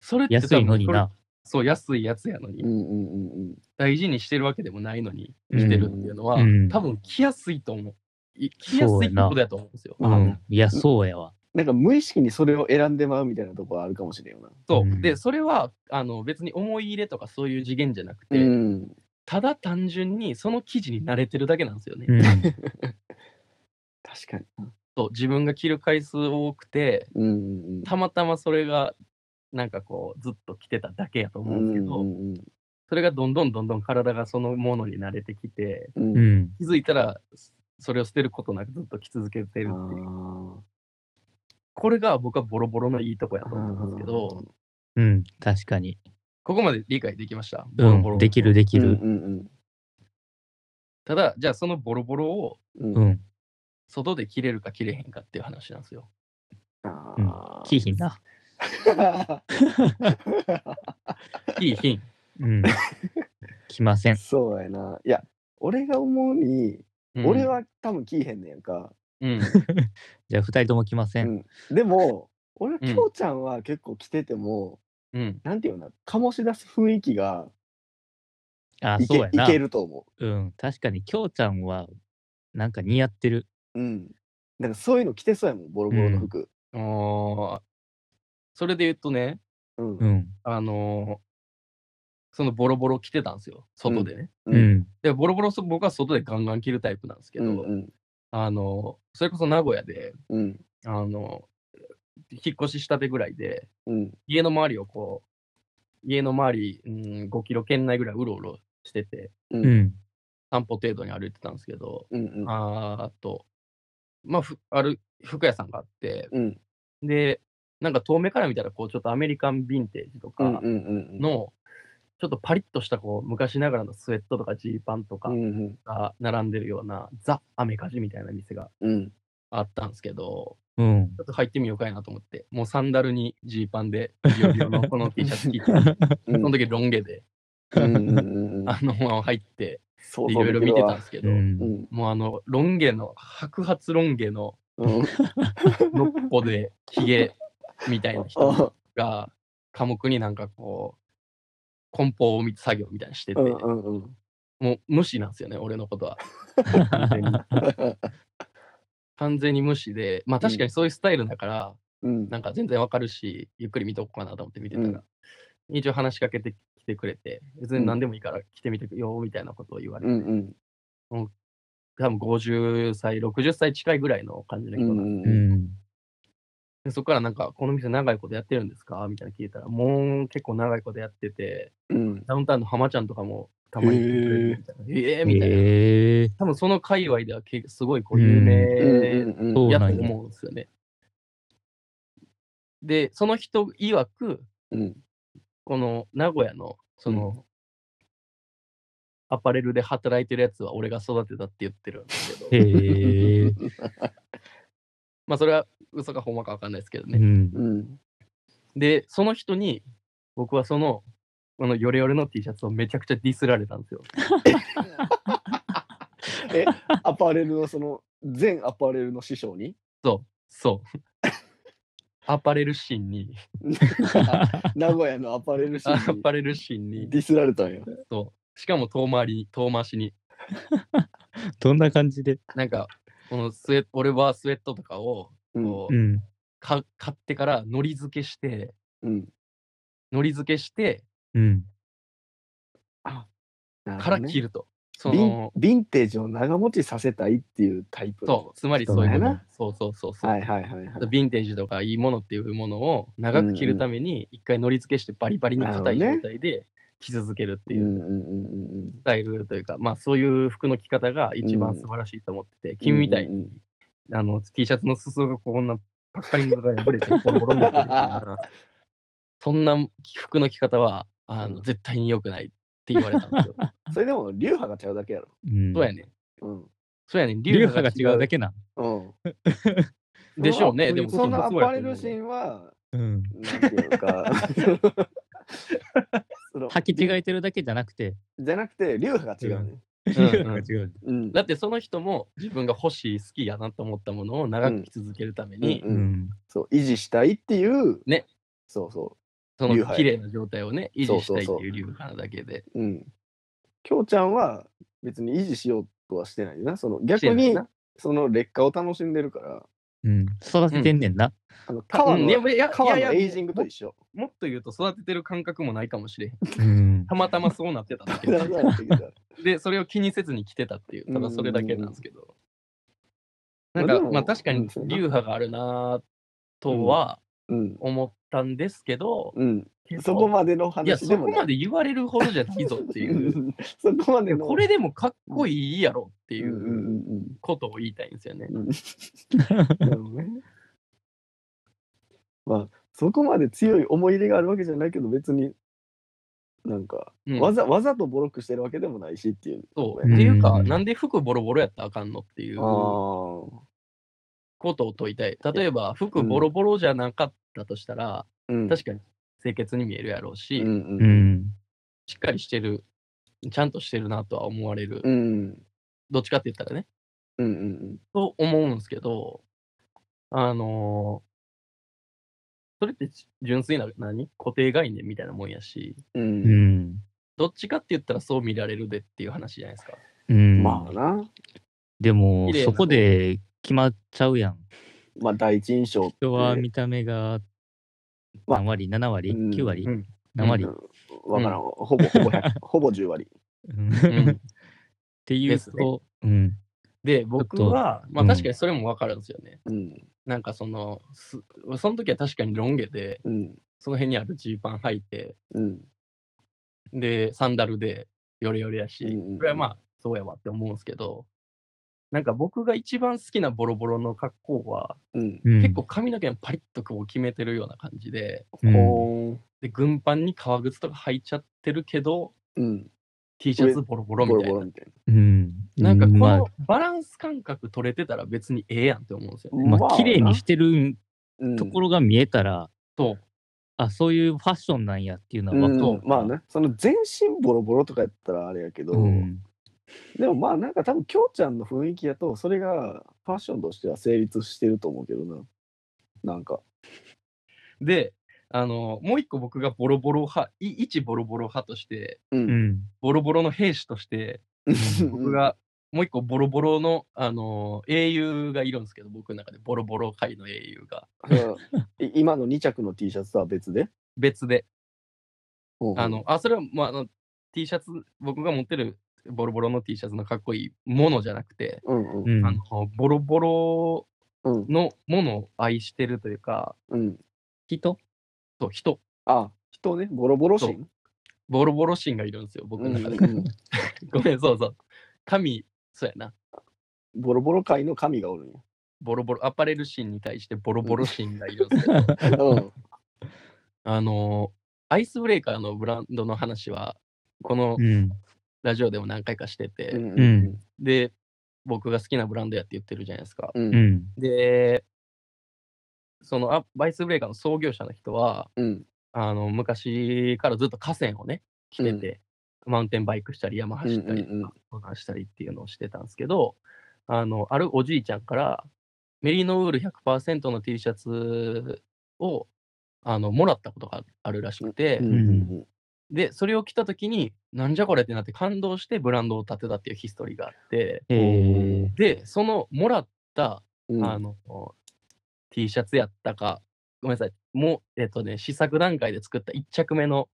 それって安いのに多分そ なれ。そう、安いやつやのに、うんうんうんうん。大事にしてるわけでもないのに着てるっていうのは、うん多分着やすいと思う。い着やすいってことだと思うんですよ。うあん。いや、そうやわ。なんか無意識にそれを選んでまうみたいなとこはあるかもしれんよな。そううんで、それはあの別に思い入れとかそういう次元じゃなくて、うん。ただ単純にその生地に慣れてるだけなんですよね。うん。確かに。そう自分が着る回数多くてうんうんうん。たまたまそれがなんかこうずっと着てただけやと思うんですけど、うんうんそれがどんどんどんどん体がそのものに慣れてきてうんううんん。気づいたらそそれを捨てることなくずっと着続けてるっていうこれが僕はボロボロのいいとこやあーと思うんですけどうん。確かに。ここまで理解できましたボうロボロん。できる、できうんる。うんただじゃあそのボロボロをうんう。うんん。外で着れるか着れへんかっていう話なんですよあうんーキーヒンな。いい品うん。来ません。そうやな。いや、俺が思うに、俺、は多分聞いへんねやんか。うんうんじゃあ、二人とも来ません。でも、俺はうんきょうちゃんは結構着てても、うん、なんていうのかな、醸し出す雰囲気があ、いそうけやいなけ。ると思うん。確かに、きょうちゃんは、なんか似合ってる。う。うん。なんかそういうの着てそうやもん、ボロボロの服。あーそれで言うとね、うん。ううんん。あのーそのボロボロ着てたんですよ、外でね。う。ん。で、ボロボロそ、僕は外でガンガン着るタイプなんですけうど、んうんあのーそれこそ名古屋で、うんあのー引っ越ししたてぐらいで、うん家の周りをこう、家の周り、うん、5キロ圏内ぐらいうろうろしてて、ううんん。散歩程度に歩いてたんですけど、うんうんあーあと、まあ、ふある服屋さんがあって、うんで、なんか遠目から見たら、こう、ちょっとアメリカンヴィンテージとか、うんうんの、ちょっとパリッとしたこう昔ながらのスウェットとかジーパンとかうんうんが並んでるような、ザ・アメカジみたいな店がうんあったんですけど、うん。ちょっと入ってみようかいなと思って、もうサンダルにジーパンで、ビヨビヨのこの T シ ャツ着て、うんその時ロン毛で、うんうんうんうん あのまま入って、そうでいそうろいろ見てたんでですけうど、んきるわうんもうあの、ロン毛の、白髪ロン毛のうんのっぽで、ヒゲみたいな人あが、科目になんかこう、梱包を見作業みたいにしてて、うんうんうんもう無視なんですよね、俺のことは。完全に無視で、まあ確かにそういうスタイルだから、うんなんか全然わかるし、ゆっくり見とこうかなと思って見てたら、一応話しかけてきてくれて、別に何でもいいから来てみてよみたいなことを言われうて、んうん多分50歳、60歳近いぐらいの感じのう人なんでうんうんん。でそこからなんか、この店長いことやってるんですかみたいな聞いたら、もう結構長いことやってて、うんダウンタウンの浜ちゃんとかもたまに来てくれるみたいな。ええみたいな。へえ多分その界隈ではけすごいこう有名うんうんそうやなとんや思うんですよね。で、その人曰く、うんこの名古屋のその、アパレルで働いてるやつは俺が育てたって言ってるんですけど、へえ。まあそれは嘘かほんまかわかんないですけどねう。んう。んで、その人に僕はその、このヨレヨレの T シャツをめちゃくちゃディスられたんですよ。え、アパレルのその、全アパレルの師匠にそう、 そう。アパレルシーンに、名古屋のアパレル師ア匠にパレルシーンに、ディスられたんや。そう。しかも遠回りに、遠回しに。どんな感じでなんか、このスウェ俺はスウェットとかをうんこう、うん。か買ってからのり付けして、うん。のり付けしてうん。からる着ると。ほそどねの、ヴィンヴィンテージを長持ちさせたいっていうタイプのそう、つまりそういうそうだこなと。そうそうそうそう。はいはいはいはいヴィンテージとかいいものっていうものを長く着るために一回のり付けしてバリバリに硬いなるほどね状態で着続けるっていううんうんうんうんうんスタイルというか、まあそういう服の着方が一番素晴らしいと思ってて、君みたいに、うんあの T シャツの裾がこんなパッカリングが破れてボロボロになってるようなそんな服の着方はあの絶対に良くないって言われたんですよ。それでも流派がちゃうだけやろ。うんそうやねん。うんそうやねん。流派が違うだけな。うん。 でしょうそね。のでもそのアパレそうルやとシ思ーうンは、うん。なんていうか、 その履き違えてるだけじゃなくて、じゃなくて、流派が違うね。流んうん派が違う。うんだってその人も自分が欲しい、好きやなと思ったものを長く着続けるために、ううんん。そう維持したいっていうねそうそ流その派綺麗な状態をね、維持したいってそうそうそいう理由なだけで。ううんきょうちゃんは別に維持しようとはしてないよなそのして逆ないになその劣化を楽しんでるからうん。育ててんねんな。あの川うの、んいやいや川のいやエいイやジングと一緒もっと言うと育ててる感覚もないかもしれへん。うんた。またまそうなってた だけだからだけどで、それを気にせずに着てたっていう、ただそれだけなんですけど。うんなうんうんんまあでもか、まあ確かうんにそうやな流派があるなぁとはうん思ったんですけど、うんけどそこまでのいや、話そでもこなまいで言われるほどじゃないぞっていう。 そこまでのこれでもかっこいいやろってういんうんううんことを言いたいんですよね。うんなるほどねまあそこまで強い思い入れがあるわけじゃないけど別になんか、うんわざわざとボロックしてるわけでもないしっていうそうう。んっていうか、なんで服ボロボロやったらあかんのっていうこあとを問いたい。例えば、服ボロボロじゃなかったとしたら、あ、うん確かに清潔に見えるやろうし、うんううんん。しっかりしてる、ちゃんとしてるなとは思われる。うんどっちかって言ったらね。うんうんと思うんですけど、あのーそれってじ純粋な何固定概念みたいなもんやし、ううんん。どっちかって言ったらそう見られるでっていう話じゃないですか。うん。まあなでも綺麗、なそこで決まっちゃうやん。まあ第一印象って人は見た目がまあ何割、7割、うん9割、うん何割、うんわからん、ほぼほぼ100ほぼ10割うんうっん、ていうですねと、うん。 で、僕は、まうあん確かにそれもわかるんですよね。うんなんかその、すその時は確かにロン毛で、うんその辺にあるジーパン履いて、うんで、サンダルでヨレヨレやし、うんうんうんこれはまあそうやわって思うんですけど、なんか僕が一番好きなボロボロの格好は、うんうん結構、髪の毛もパリッとこう決めてるような感じで、うんほーんで、軍パンに革靴とか履いちゃってるけど、うん、 T シャツボロボロボロみたいボなロ。みたいうん。なんかこまあのバランス感覚取れてたら別にええやんって思うんですよね。ままああ、綺麗にしてるな、うん、ところが見えたら、と、あ、そういうファッションなんやっていうのはう分かる。ん、まあねその全身ボロボロとかやったらあれやけど、うん。でもまあなんか多分きょうちゃんの雰囲気やとそれがファッションとしては成立してると思うけどななんかで、あの、もう一個僕がボロボロ派、い一ボロボロ派として、ううんん。ボロボロの兵士として、僕がもう一個ボロボロの、あの、英雄がいるんですけど、僕の中でボロボロ界の英雄がうんい 今の2着の T シャツとは別で、別で、うんあの、あ、それは、まあ、あの、T シャツ、僕が持ってるボロボロの T シャツのかっこいいものじゃなくて、うんうんうんあの、ボロボロうんのものを愛してるというか、うん人そう人、あ人ねボロボロ心ボロボロ神がいるんですよ、僕うのん中で。うん ごめん、そうそう。神、そうやな。ボロボロ界の神がおるんや。ボロボロ、アパレル神に対してボロボロ神がいるんですうよ。んあのーアイスブレイカーのブランドの話は、このうん。ラジオでも何回かしてて、うんで、僕が好きなブランドやって言ってるじゃないですか。ううんん。で、そのアアイスブレイカーの創業者の人は、うんあの昔からずっと河川をね、来てて、マウンテンバイクしたり、山走ったりとうんうんうんか、登山したりっていうのをしてたんですけど、あの、あるおじいちゃんから、メリノウール100%の T シャツをあのもらったことがあるらしくて、うんうんで、それを着たときに、なんじゃこれってなって感動してブランドを立てたっていうヒストリーがあって、えー、で、そのもらったうんあの、T シャツやったか、ごめんなさい、もう、えっとね、試作段階で作った1着目の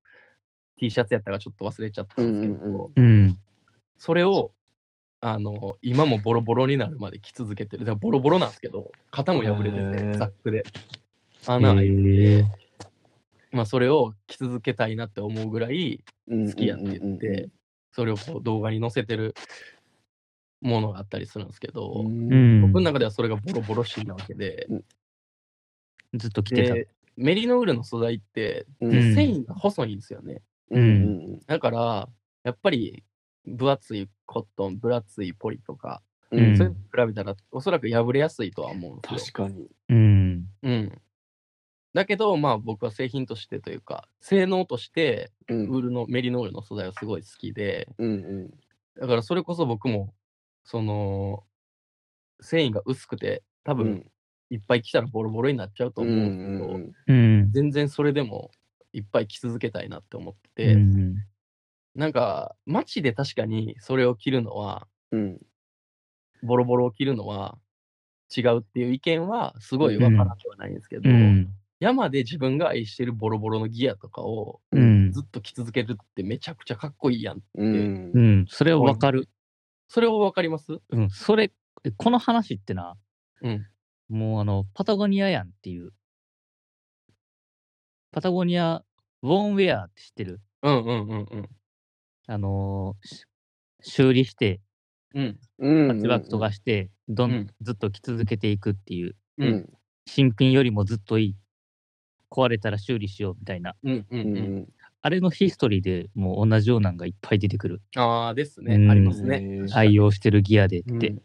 T シャツやったかちょっと忘れちゃったんですけど、うんうんううん。それを、あの、今もボロボロになるまで着続けてる。だからボロボロなんですけど、型も破れてへて、ーザックで。穴開いてて、えまあ、それを着続けたいなって思うぐらいうん好きやって言って、それをこう動画に載せてるものがあったりするんですけど、うんー、ううんうんん僕の。中ではそれがボロボロしいなわけで、ずっと来てた。でメリノウールの素材ってうんうん繊維が細いんですよね、うんだからやっぱり分厚いコットン分厚いポリとか、うんうんそれに比べたらおそらく破れやすいとは思うんです確よ、かにうん。うん、だけどまあ僕は製品としてというか性能としてうんウールのメリノールの素材はすごい好きでうんだからそれこそ僕もその繊維が薄くて多うんう分んいっぱい来たらボロボロになっちゃうとう思んううんですけど、んうんうん。全然それでもいっぱい着続けたいなって思ってて、うんなんか街で確かにそれを着るのはうんボロボロを着るのは違うっていう意見はすごいわからなくはないんですけど、うん。山で自分が愛してるボロボロのギアとかをうんず。っと着続けるってめちゃくちゃかっこいいやん。うんうん。それはわかる。それをわかりますうん。それ、この話ってな、うん。もうあの、パタゴニアやんっていう。パタゴニア、ウォンウェアって知ってるうんうんうんうん。あのーし修理して、うん。うんパッチワークとかして、どうんんずっと着続けていくっていう、ううんん新品よりもずっといい。壊れたら修理しようみたいな。うんうんう。うんんあれのヒストリーでもう同じようなんがいっぱい出てくる。ああですね、うんありますね。うん愛用してるギアでって。うん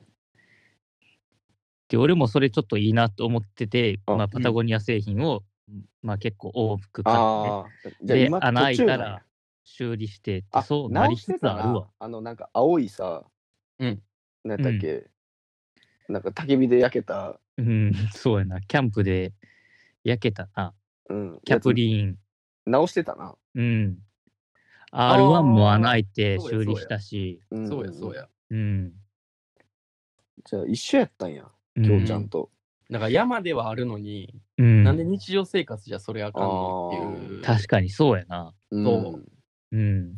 で、俺もそれちょっといいなと思ってて、あまあ、うんパタゴニア製品を、まあ、結構多く買って、ああじゃあで今穴開い途中たなんやら修理してってあそうな直りしつてつたあるわな。あのなんか青いさうんなんだっけなんか焚き火で焼けたうん、そうやな。キャンプで焼けたな。うんキャプやリーン。つ直してたなうん。ー R1 も穴開いてそうや修理したし。んそうやそうや。うん。じゃあ一緒やったんやうきょうんちゃんとだから山ではあるのに、うんなんで日常生活じゃそれあかんのっていう。確かにそうやな。うんそううん。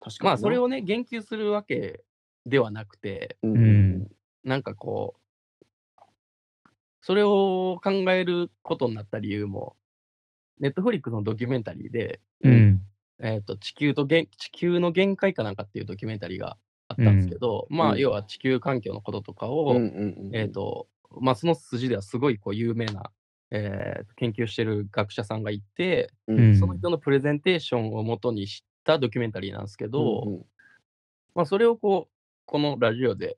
確かにまあそれをね言及するわけではなくてうんうんなんかこうそれを考えることになった理由もネットフリックスのドキュメンタリーで、うん。えー、と地球とげん地球の限界かなんかっていうドキュメンタリーがあったんですけど、まうあん要は地球環境のこととかうんを、うんうんえーとまあ、その筋ではすごいこう有名な、えー研究してる学者さんがいて、うんうんその人のプレゼンテーションを元にしたドキュメンタリーなんですけど、うんまあ、それをこう、このラジオで、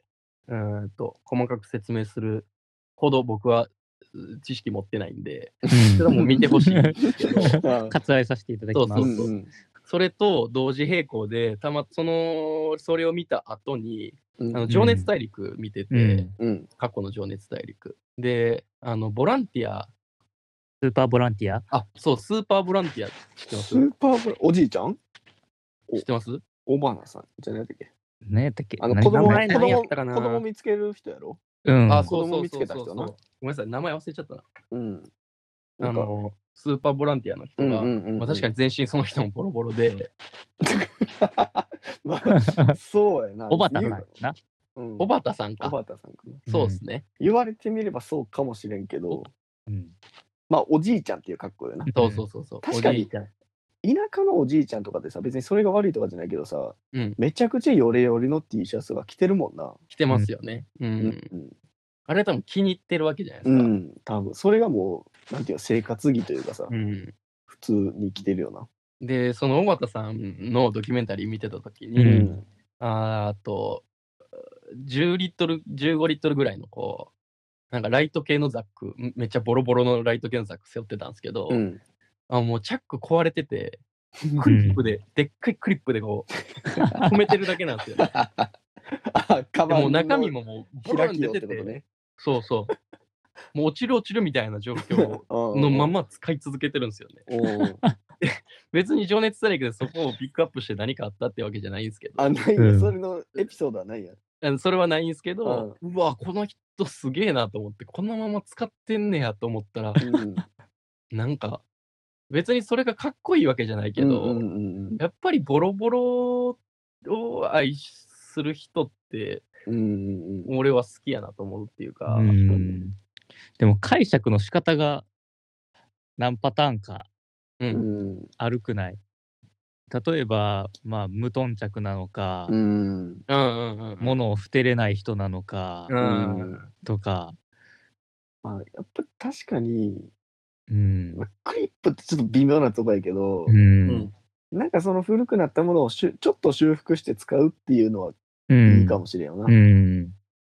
うーんと、細かく説明するほど僕はうー知識持ってないんで、それはもう見て ほしいんですけど、 うん割愛させていただきまそす。うそううんそれと同時並行で、たま、その、それを見た後に、うんあの情熱大陸見てて、うんうん過去の情熱大陸。で、あの、ボランティア、スーパーボランティアあ、そう、スーパーボランティア知ってまスすーパーブラおじいちゃん知ってますオバナさんじゃないだっけ何やったっけあの何子供名子前何や供ったかな子供見つける人やろうん。あ、あ、そう子そ供う見つそうけたそうそ人なう。ごめんなさい、名前忘れちゃったな。うんなあんかの、スーパーボランティアの人が、まあ、確かにに全身その人もボロボロで、 そうやな小畑なんやな。うん小畑さん小か。畑さんかなそうですね。言われてみればそうかもしれんけどうん。まあおじいちゃんっていう格好だよなうんそうそうそうそう。確かにおじいちゃん田舎のおじいちゃんとかでさ、別にそれが悪いとかじゃないけどさ、うんめちゃくちゃヨレヨレの T シャツが着てるもんな。着てますよね。うん。うん。あれ多分気に入ってるわけじゃないでうすか。ん、多分それがもう、なんていうの、生活着というかさ、うん普通に着てるよな。で、その尾形さんのドキュメンタリー見てた時に、うんうん。あーあと、10リットル、15リットルぐらいのこう、なんかライト系のザック、んめっちゃボロボロのライト系のザック背負ってたんですけど、うん。 あもうチャック壊れてて、んクリップで、でっかいクリップでこう、止めてるだけなんですよ、 ね。あ、カバでンものう中身ももう、ボロ開ンき出よっててて、ことね。そうそう。もう落ちる落ちるみたいな状況ののま。ま使い続けてるんですよね。うん別に情熱大陸でそこをピックアップして何かあったってわけじゃないんですけど、あ、ないうんや、それのエピソードはないや。あのそれはないんですけど、うわ、この人すげえなと思って、このまま使ってんねやと思ったら、うん。なんか、別にそれがかっこいいわけじゃないけど、うんうんうんやっぱりボロボロを愛する人って、うんうんうん。俺は好きやなと思うっていうか、うんでも解釈の仕方が何パターンかうんうんあるくない例えば、まあ、無頓着なのか、うん。うんうんうんうん物を捨てれない人なのか、うんうんとか、まあ、やっぱり確かに、うんまあクリップってちょっと微妙なとこやけどう、んんなんかその古くなったものをしゅちょっと修復して使うっていうのはういいんかもしれんよな。うん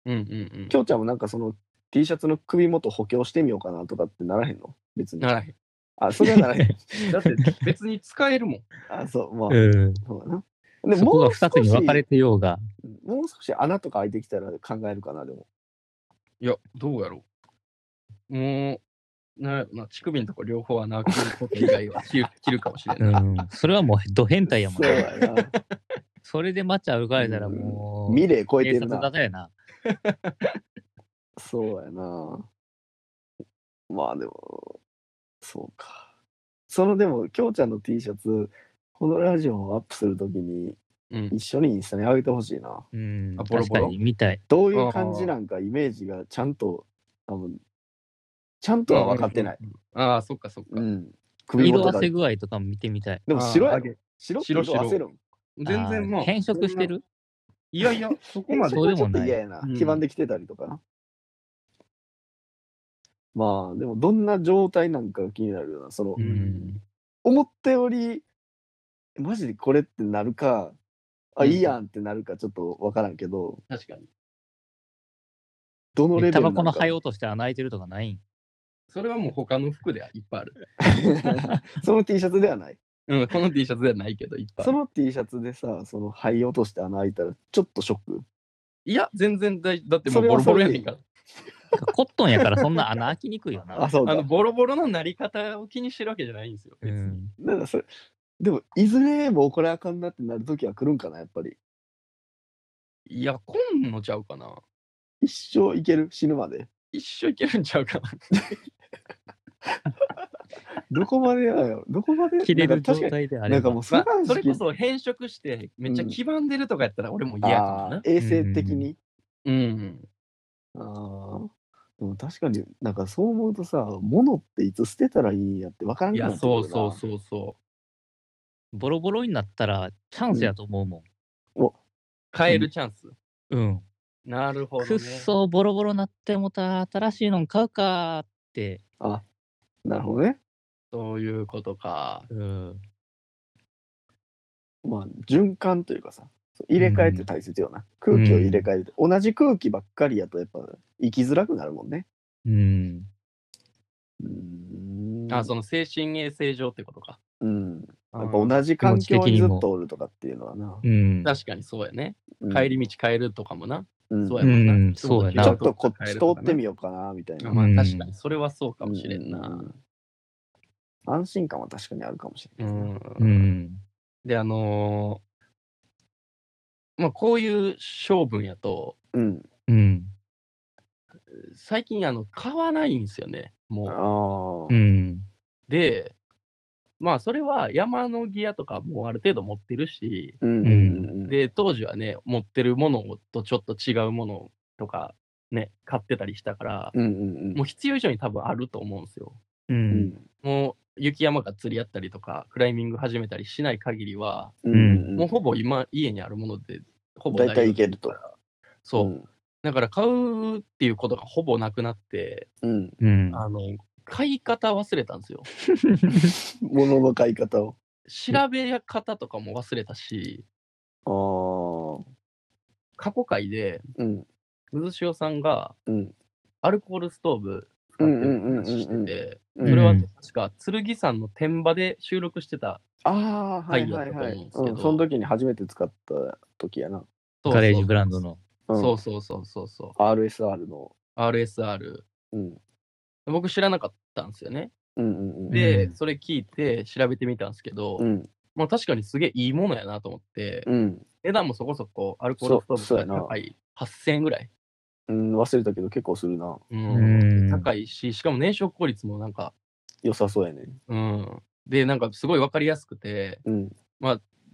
うんうんきょうちゃんもなんかその T シャツの首元補強してみようかなとかってならへんの別うん。にな。らへあ、それはならへん。ん。だって別に使えるもん。あ、そう、まあ、うんそうだな。でそこもがう少2つに分かれしてようがもう少し穴とか開いてきたら考えるかな、でも。いや、どうやろう。もう、なんやろな、乳首のとこ両方穴開けること以外は切る切るかもしれうない。ん、それはもうド変態やもんそうね。やな。それで街歩かれたらもう、ミレー超え警てる察なだ。やな。そうやな。まあでも、そうか。そのでも、きょうちゃんの T シャツ、このラジオをアップするときに、うん一緒にインスタに上げてほしいな。うん、あボロ確ボロかに、みたい。どういう感じなんか、イメージがちゃんと、多分ちゃんとは分かってない。。ああ、そっかそっか。うん。首色元あが。せで具合とかも見てみたい。も白やあーろ。白って色あせるん。全然まあー。あ変色してるいや いや、そこまでそ。うれでちょもっとない嫌やなう。ん黄ばんできてたりとかな。まあ、でもどんな状態なんかが気になるよな。その、ううんん。思ったよりマジでこれってなるかあ、うんいいやんってなるかちょっと分からんけど確かに。どのレベルタバなのかコの灰落として穴開いてるとかないんそれはもう他の服でいっぱいある。 その T シャツでは ないうん、この T シャツではないけど、いっぱいあそる。の T シャツでさその灰落として穴開いたらちょっとショックいや、全然大丈夫。だってもそうれボはロボロやねんから。コットンやからそんな穴開きにくいよあな。そうあだの、ボロボロのなり方を気にしてるわけじゃないんですよ。う別に。ん、なんかそれでもいずれもうこれあかんなってなる時は来るんかなやっぱりいや、こんのちゃうかな。一生いける死ぬまで一生いけるんちゃ うかな。どこまでやろどこまで切れなんるか状確か態にであなれんかば。もうそまれあが時期、それこそ変色してめっちゃ黄ばんでるとかやったら俺も嫌やかもあなー。衛生的に、うんうん。ああ。でも確かになんかそう思うとさ、物っていつ捨てたらいいんやって分からんいくなや、ってくるそうなそうそうそボロボロになったらチャンスやと思うもん。う。変えるチャンス。うん。なるほどくねっ。そ、ボロボロなってもた、新しいのん買うかーって。なるほどね。そういうことか。うん。まあ循環というかさ、そう入れ替えって大切よな。空気を入れ替えるって、同じ空気ばっかりやとやっぱ生きづらくなるもんね。うん。うーんあ、その精神衛生上ってことか。うん。やっぱうん同じ環境気持ち的ににずもっとおるとかっていうのはな。うん。確かにそうやね。うん帰り道変えるとかもな。うんそうやもんな。うんそうやなちょっとこっ変えち通るとかっねてみようかなみたいな。まあうん確かにそれはそうかもしれんうな。ん安心感は確かにあるかもしれうない。ん。うん。で、あのーまあこういう性分やと、うん。うん。最近あの買わないんですよね。もう。ああう。ん。で、まあそれは山のギアとかもうある程度持ってるし、うんうんうんで、当時はね、持ってるものとちょっと違うものとかね、買ってたりしたから、うんうんうんもう必要以上に多分あると思うんですよ。う。うんんも雪山が釣り合ったりとか、クライミング始めたりしない限りは、うんんもうほぼ今、家にあるもので、ほぼ大体丈夫いけると。そう。だから買うっていうことがほぼなくなって、うん。うん。あの、買い方忘れたんですよ。物の買い方を。調べ方とかも忘れたし、あ過去回で、あ。うん。水潮さんがうん。アルコールストーブ使ってる話してうんうんうんうんて、うそんれは確か剣山の天場で収録してたああ、はいはいははいい。だと思うんですけどうん、その時に初めて使った時やな。ガレージブランド。の。うん、。そうそうそうそうそう RSR の。う。RSR。うん。僕知らなかったんですよね。うんうんうん。で、うんそれ聞いて調べてみたんですけど、うん。まあ確かにすげえいいものやなと思って、うん。値段もそこそこアルコールストそうそうやーブなが高い。8000円ぐらい、うん、忘れたけど結構するな。うんうん高いし、しかも燃焼効率もなんか、良さそうやね。うん。で、なんかすごい分かりやすくて、うん。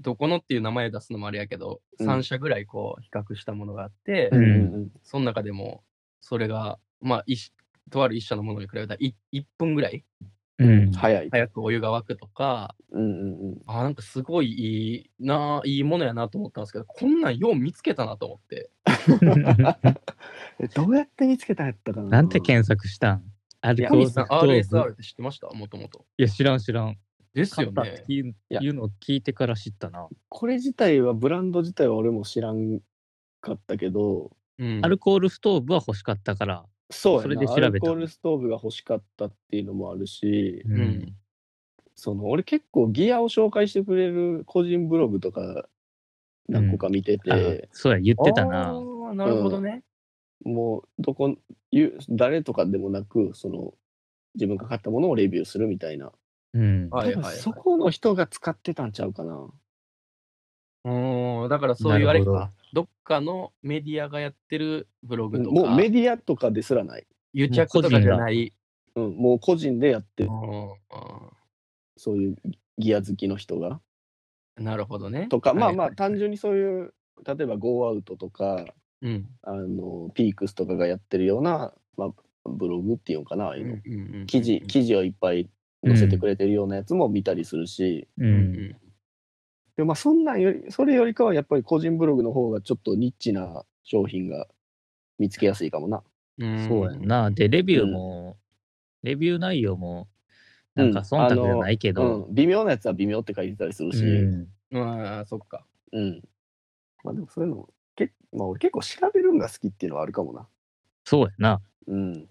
どこのっていう名前出すのもあれやけど、うん3社ぐらいこう比較したものがあって、うんその中でもそれがまあ一とある一社のものに比べたらい1分ぐらいうん。早い。早くお湯が沸くとかうんうんうん。あなんかすごいいいないいものやなと思ったんですけどこんなんよう見つけたなと思ってえどうやって見つけたんやったか ななんて検索したんアいルやコーミルスさんストーブ RSR って知ってましたもともといや、知らん知らん。です買よったってね聞いいやいうのを聞いてから知ったな。これ自体はブランド自体は俺も知らんかったけどうん。アルコールストーブは欲しかったから。そうやなそれで調べたアルコールストーブが欲しかったっていうのもあるしうんその俺結構ギアを紹介してくれる個人ブログとか何個か見てあて、そうや、言ってたあな。ーなるほどね、もうどこゆ誰とかでもなくその自分が買ったものをレビューするみたいなうん。はいはい多は分いそこの人が使ってたんちゃうかなうんだからそういうあれなるかどっかのメディアがやってるブログともかうメディアとかですらない、癒着とかじゃない、うん、もう個人でやってるうんそういうギア好きの人がうんなるほどねとか、まあはいまはいあ単純にそういう例えば Go アウトとかうんあのピークスとかがやってるような、まあ、ブログっていうのかなああいうの記事記事をいっぱい載せてくれてるようなやつも見たりするし、う。うんでもまあそんなんよりそれよりかはやっぱり個人ブログの方がちょっとニッチな商品が見つけやすいかもな。んそうやんな。で、レビューも、レビュー内容も、なんかうん忖度じゃないけど、うん、微妙なやつは微妙って書いてたりするし、うんうんまあそっかまあでもそういうのけ、まあ、俺結構調べるのが好きっていうのはあるかもな。そうやな。うん、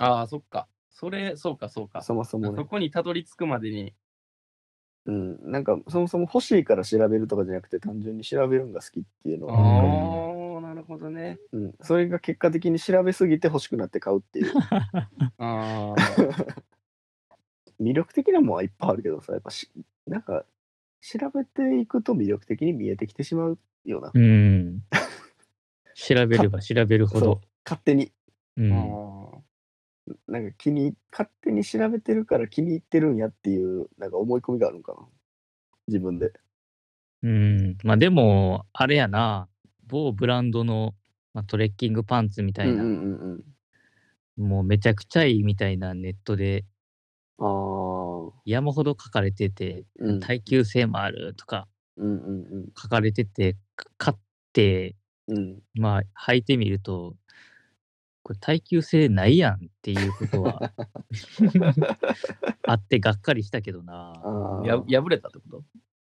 ああそっかそれそうかそうかそもそもねそ。こにたどり着くまでにうん、なんかそもそも欲しいから調べるとかじゃなくて単純に調べるのが好きっていうのあは、あなるほどねうん、それが結果的に調べすぎて欲しくなって買うって いうあ魅力的なもんはいっぱいあるけどさやっぱしなんか調べていくと魅力的に見えてきてしまうような、うん。調べれば調べるほそうど。勝手にうあん。なんか気に勝手に調べてるから気に入ってるんやっていうなんか思い込みがあるのかな自分でうん。まあでも、あれやな。某ブランドの、まあ、トレッキングパンツみたいな、うんうんうんうんもうめちゃくちゃいいみたいなネットであー山ほど書かれてて、うん耐久性もあるとかうんうん書かれてて、か買って、うんうんまあ、履いてみると、これ耐久性ないやんっていうことはあってがっかりしたけど あな。ーや破れたってこと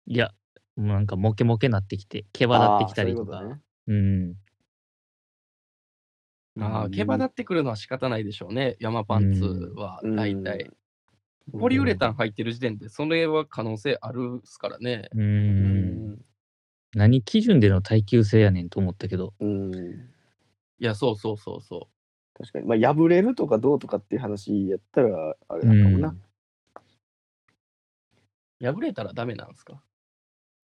いや、もうなんかモケモケなってきて、毛羽立ってきたりとあかーそういうこ。うん。ああ毛羽立ってくるのは仕方ないでしょうね山パンツはうん大体ポリウレタン入ってる時点でそれは可能性あるっすからねう。うんん何基準での耐久性やねんと思ったけど。うん、いやそうそうそうそ確かに、まあ、破れるとかどうとかっていう話やったらあれうなんかもんな、。う破れたらダメなんですか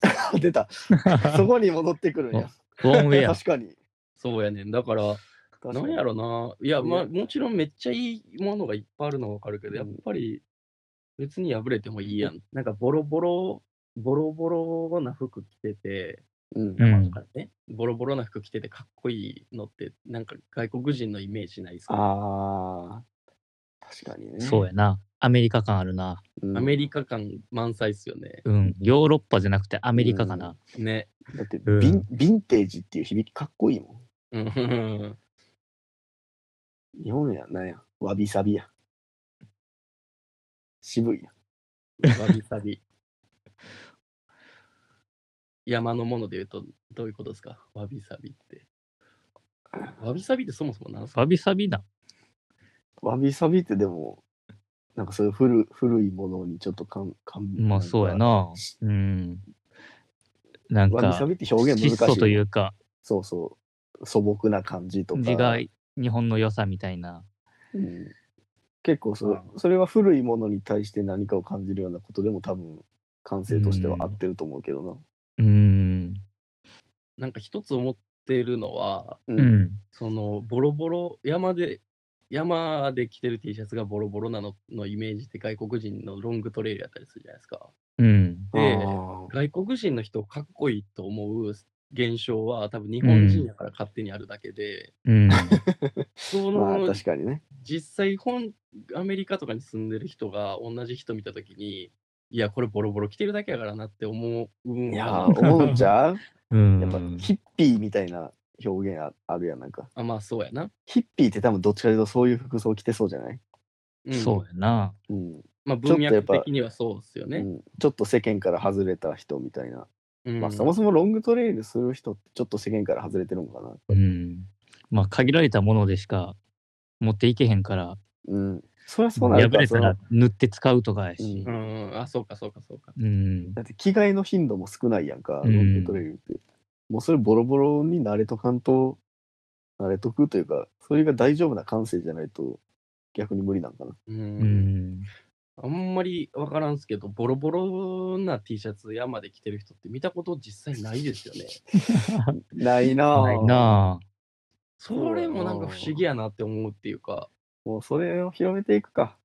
出た そこに戻ってくるんやウォンウェア。確かにそうやねんだから確かなんにやろないや、うんまあ、もちろんめっちゃいいものがいっぱいあるのはわかるけど、やっぱり別に破れてもいいやん。なんかボロボロ、ボロボロな服着てて、うんうんなんかね、ボロボロな服着ててかっこいいのって、なんか外国人のイメージないですかあー確かにねそうやな。アメリカ感あるな。うんアメリカ感満載っすよね。うん。ヨーロッパじゃなくてアメリカかな。ね。だってうんビン、ヴィンテージっていう響きかっこいいもうん。ん。日本やなんや。わびさびや。渋いや。わびさび。山のもので言うとどういうことですかわびさびって。わびさびってそもそも何すかわびさびな。わびさびってでも、なんかそういう古古いものにちょっと感感まあそうやんかな。うん。なんわびかさ、びって表現難質し素い。というか、そうそう。素朴な感じとか。字が日本の良さみたいな。うん結構そうそれは古いものに対して何かを感じるようなことでも多分感性としては合ってると思うけどうん。なんか一つ思ってるのは、な。う。ん。そのボロボロ山で山で着てる T シャツがボロボロなののイメージって外国人のロングトレイルやったりするじゃないですか。うん。であー外国人の人をかっこいいと思う現象は多分日本人だから勝手にあるだけで、 うん。そまあの確かにね。実際本アメリカとかに住んでる人が同じ人見た時にいやこれボロボロ着てるだけやからなって思ういいや ー思うんちゃううん。やっぱヒッピーみたいな表現ああるやんなんか。あまあそうやな、ヒッピーって多分どっちかというとそういう服装着てそうじゃない、うん、そうやな。うんまあちょっ文とやっ脈ぱ的にはそうですようね、んちょっと世間から外れた人みたいな。うんまあそもそもロングトレイルする人ってちょっと世間から外れてるのかな。うん。まあ限られたものでしか持っていけへんから、うん。そりゃそうな破んだれたら塗って使うとかやしう。うんあそうかそうかそうかうん。だって着替えの頻度も少ないやんか、うんロングトレイルって。もうそれボロボロに慣れとかんと、慣れとくというか、それが大丈夫な感性じゃないと逆に無理なんかな。うん、 うん。あんまり分からんすけどボロボロな T シャツ山で着てる人って見たこと実際ないですよねないなぁないなあ。それもなんか不思議やなって思うっていうかもうそれを広めていくか。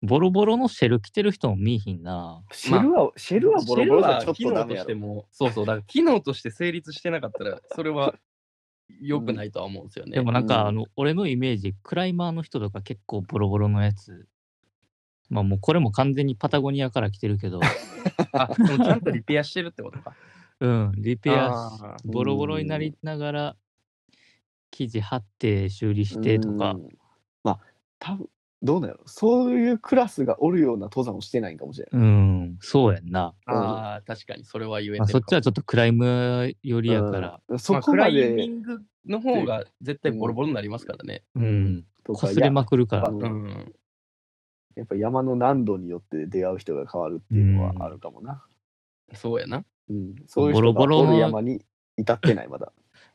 ボロボロのシェル着てる人も見えひんな。シェルは、シェルはボロボロじゃちょっとダメや機能としてろ。も、そうそう、だから機能として成立してなかったら、それは良くないとは思うんですよね。でもなんうんか、あの、俺のイメージ、クライマーの人とか結構ボロボロのやつ。まあもうこれも完全にパタゴニアから来てる けど、あそのちゃんとリペアしてるって ことか。うん、リペアしあーボロボロになりながら、生地貼って修理してとかう、ん。まあ、多分どうなんやろ。そういうクラスがおるような登山をしてないんかもしれない。うん、そうやんな。あー、確かにそれは言えてるまあ、そっちはちょっとクライムよりやから、うんとそこまクライミでングの方が絶対ボロボロになりますからね。うん、とこかすれまくるから。うんうん。やっぱ山の難度によって出会う人が変わるっていうのはあるかもな。そうやな。うん、そういうボロ人ボがロのおる山に至ってないまだ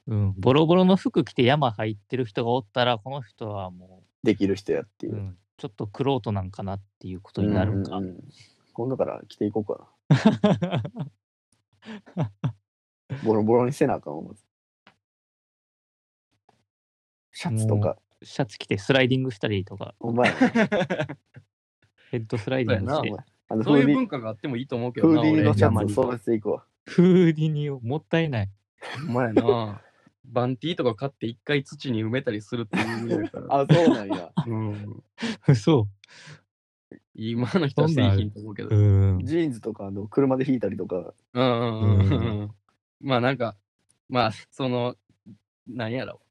うん、ボロボロの服着て山入ってる人がおったら、この人はもできる人やってう、いうう。ん、ちょっとクロートなんかなっていうことになるか。うんうんうん今度から着ていこうかな。ボロボロにせなあかんわまずシャツとか、 シャツ着てスライディングしたりとか、お前、ヘッドスライディングそしおう前て、あのフそうーいうディ文化があってもいいと思うけどフな、ーディーのシ山ャツに。そうしていくわ。フーディニをもったい ない。お前やな。 バンティーとか買って一回土に埋めたりするっていう意味 だから。あ、そうなんや。うん、そ今の人は製品と思うけどう。。うん。 ジーンズとかあの車で引いたりとか、うんうんうんううんまあなんか、まあその、なんやろ。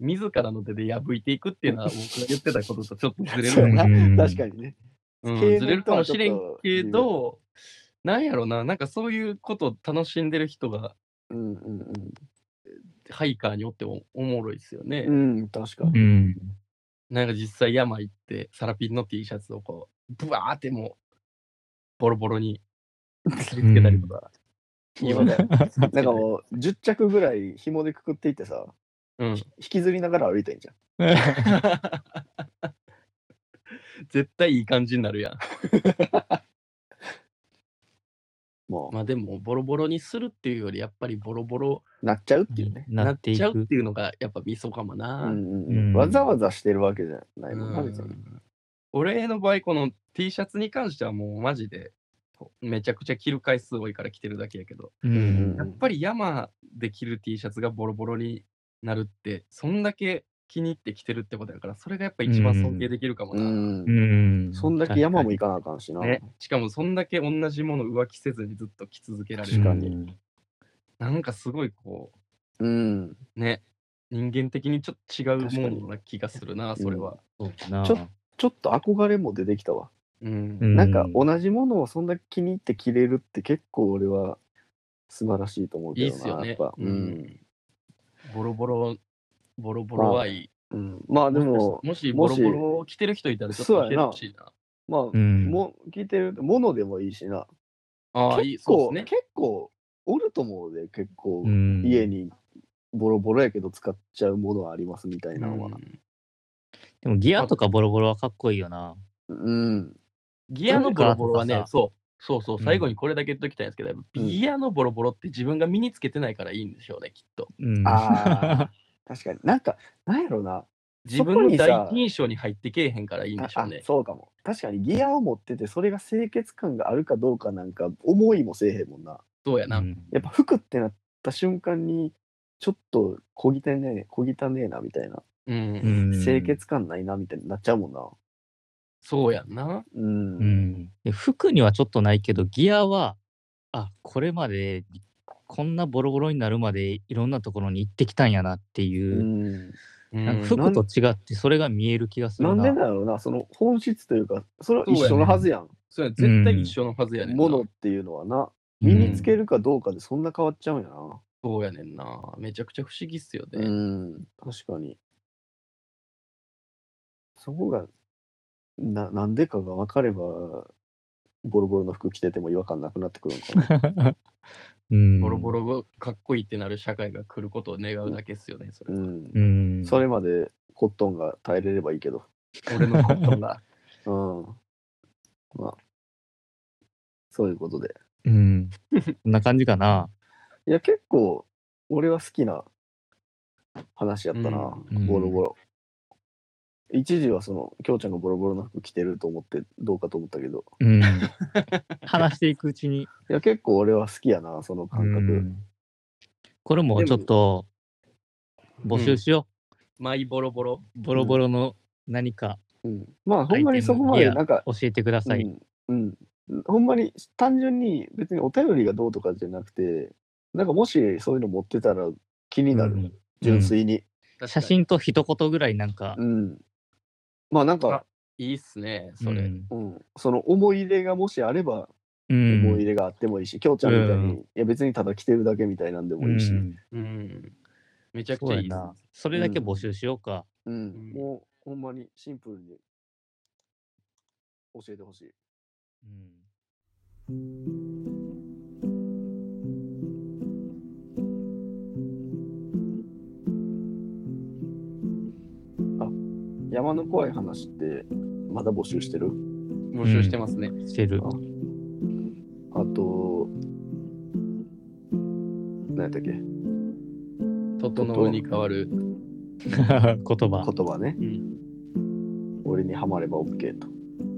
自らの手で破いていくっていうのは僕が言ってたこととちょっとずれそうるやかなも、うん 確かにね。うん経営ずれるかもしれんけとはちょど、なんやろな、なんかそういうことを楽しんでる人がうんうんうん。ハイカーにおってもおもろいですよね。うん、確かう。にん。なんか実際山行って、サラピンの T シャツをこう、ブワーってもう、ボロボロに貼り付けたりとか。今ね、 なんかもう10着ぐらい紐でくくっていってさ、うんひ引きずりながら歩いてんじゃん。絶対いい感じになるやん。もう、まあでもボロボロにするっていうよりやっぱりボロボロなっちゃうっていうね。ななっっていちゃうっく。ていうのがやっぱミソかもうんな。うんうんうんわざわざしてるわけじゃないもんな、う別に。ん俺の場合この T シャツに関してはもうマジでめちゃくちゃ着る回数多いから着てるだけやけど、ううんん。やっぱり山で着る T シャツがボロボロになるってそんだけ気に入ってきてるってことやから、それがやっぱ一番尊敬できるかもな。んうん。そんだけ山も行かかなあかんしな。ね、しかもそんだけ同じもの浮気せずにずっと着続けられる確かになんかすごいこうん。うね人間的にちょっと違う確かもにのな気がするなそれは、そうかな。ちょっちょっと憧れも出てきたわ。うんうんなんか同じものをそんだけ気に入って着れるって結構俺は素晴らしいと思うけどな。いいっすよねやっぱ。ううんん。ボロボロボロボロはいい、うん、まあでも、もしもボしロボロを着てる人いたらちょっそとうや教えてなほしいなまあ、うんも聞いてるものでもいいしな。ああいい結そう構、ですね結構おると思うで、結構、うん家にボロボロやけど使っちゃうものはありますみたいなのは。うんでもギアとかボロボロはかっこいいよな。うん。ギアのボロボロなはんねかそうそうそううん最後にこれだけ言っときたいんですけど、やっぱギアのボロボロって自分が身につけてないからいいんでしょうねきっとうん。ああ、確かに。なんか、なんやろな。自分のそこにさ第一印象に入ってけえへんからいいんあでしょうねあそうかも確かにギアを持っててそれが清潔感があるかどうかなんか思いもせえへんもんなそうやな、うんやっぱ服ってなった瞬間にちょっと小汚ねえ小汚ねえなみたいな、うんうん清潔感ないなみたいになっちゃうもんなそうやんなうん、うん、で服にはちょっとないけどギアはあこれまでこんなボロボロになるまでいろんなところに行ってきたんやなっていうう、んなんかうん服と違ってそれが見える気がすなるんでな。だろうなその本質というかそれは一緒のはずやんそうや絶対一緒のはずやねんな、ものっていうのはなうん身につけるかどうかでそんな変わっちゃうんやなそうやねんな。めちゃくちゃ不思議っすようね。ん、確かに。そこが、な、なんでかが分かれば、ボロボロの服着てても違和感なくなってくるの かな。 うん、ボロボロがかっこいいってなる社会が来ることを願うだけっすよね、それうは。んう。ん。それまでコットンが耐えれればいい けど。俺 のことが。うん。まあ、そういうことで。 うん。こんな感じかな。いや、結構、俺は好きな話やったな、うんボロボロ。一時はその、きょうちゃんがボロボロの服着てると思ってどうかと思ったけど、うん。話していくうちに。いや、結構俺は好きやな、その感覚。うんこれもちょっと募集しよマイボロボロ。う。ボロボロの何かうん、まあほんまにそこまでなんか、教えてくだうさい。んうん、ほんまに単純に別にお便りがどうとかじゃなくてなんかもしそういうの持ってたら気になる、うん純粋に、写真と一言ぐらいなんかう、んまあなんか、いいっすね、それ。うんうん、その思い入れがもしあればうん思い入れがあってもいいし、きょうちゃんみたいに、うんいや別にただ着てるだけみたいなんでもいいし、ううんんうん。めちゃそくうちゃやいいっす。な。それだけ募集しようか。んもうほんまにシンプルに教えてほしい。山の怖い話ってまだ募集してる募集してますね。してる。あと、何やったっけ言整うに変わる。 言葉。葉ね。うん俺にはまれば OK と。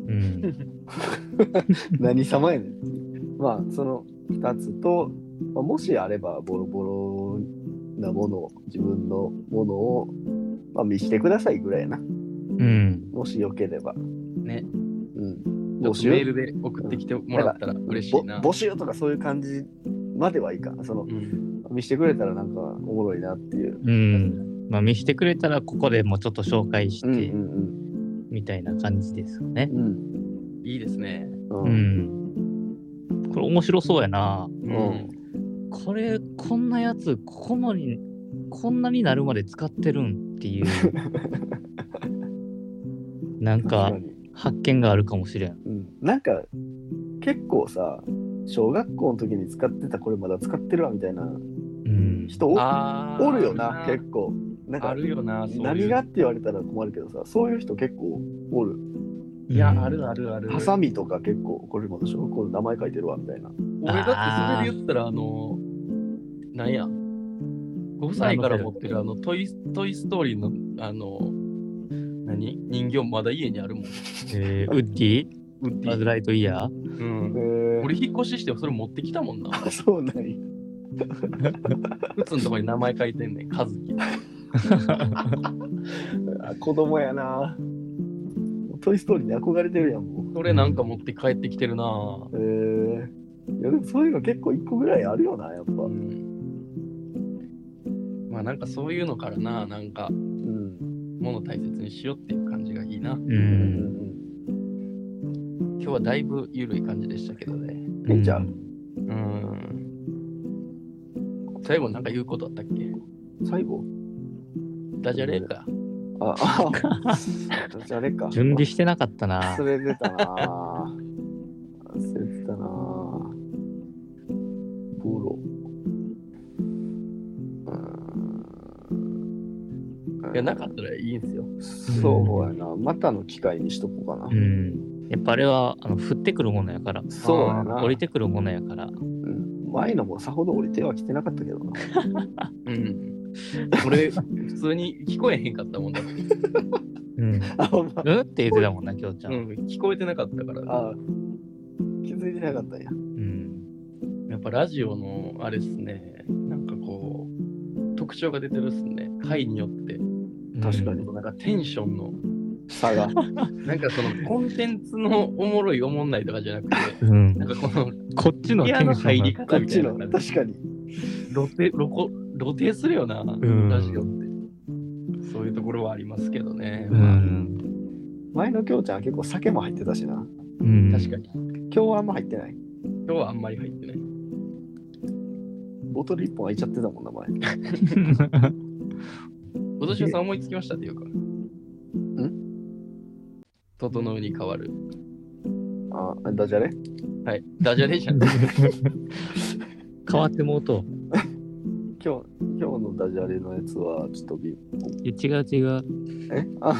うん。何様やねん。まあ、その2つと、まあもしあればボロボロなもの、自分のものを、まあ、見してくださいぐらいやな。うん。もしよければ。ね。うん。ちょ募っとメー集ルで送ってきてもらったら嬉しいな。ぼ募集とかそういう感じまではいいかん。そのう、ん見してくれたらなんかおもろいなっていう。うん。まあ見してくれたらここでもうちょっと紹介しうんうてんみたいな感じですよね。うん。いいですね。うん。ううん。ん。これ面白そうやな。ううん。これこんなやつここのにこんなになるまで使ってるんって いう。なん確かかに。発見があるかもしれん。うん、なんか結構さ小学校の時に使ってたこれまだ使ってるわみたいなうん。人おあーおるよな結構なんあかるよな。そういう何がって言われたら困るけどさそういう人結構おるいや、うんあるあるある。ハサミとか結構これまだ小学校の名前書いてるわみたいな俺だってそれで言ったらあのなんや5歳から持ってるあのトイトイ・ストーリーのあの何人形まだ家にあるもんえーウッディウッデバズィ、ライトイヤーうん、俺へ引っ越ししてそれ持ってきたもんなえそうなんや靴のとこに名前書いてんねんカズキあ子供やな。トイ・ストーリーに憧れてるやん、もう。それなんか持って帰ってきてるなぁえー、いやでもそういうの結構一個ぐらいあるよな、やっぱ。ううんまあなんかそういうのからななんかん。物大切にしようっていう感じがいいなう。うんん。今日はだいぶ緩い感じでしたけどねいいじゃんうん最後なんか言うことあったっけ最後ダジャレか あ、あ、じゃああれか。準備してなかったな。忘れてたなぁ。忘れてたなぁ。ボロ。うーんいやなかったらいいんすよそうやな。またの機会にしとこうかなう。ん。やっぱあれはあの降ってくるものやから、そうやな。降りてくるものやから。うん前のもさほど降りては来てなかったけどな。うん俺普通に聞こえへんかったもんだって うん。あ、ほんまうんって言ってたもんな、きょうちゃ。うんん聞こえてなかったからあ気づいてなかったんや。うん。やっぱラジオのあれですねなんかこう特徴が出てるっすね回によって確かになんかテンションの差が。なんかそのコンテンツのおもろいおもんないとかじゃなくてうんなん。かこのこっちのギテンアのショ入ンりがこ方っみたいち なの、感じ確かに。露呈露こ露呈するよな、んラジオってそういうところはありますけどね、うまん。前のきょうちゃんは結構酒も入ってたしな。うん。あ確かに今日はあんま入ってない。今日はあんまり入ってないボトル一本開いちゃってたもんな、前。今年はさん思いつきましたっていうかん整うに変わるあ、ダジャレはいダジャ レじゃん 変わってもうと。今日、今日のダジャレのやつは、ちょっとび、いや違う違う。えあ、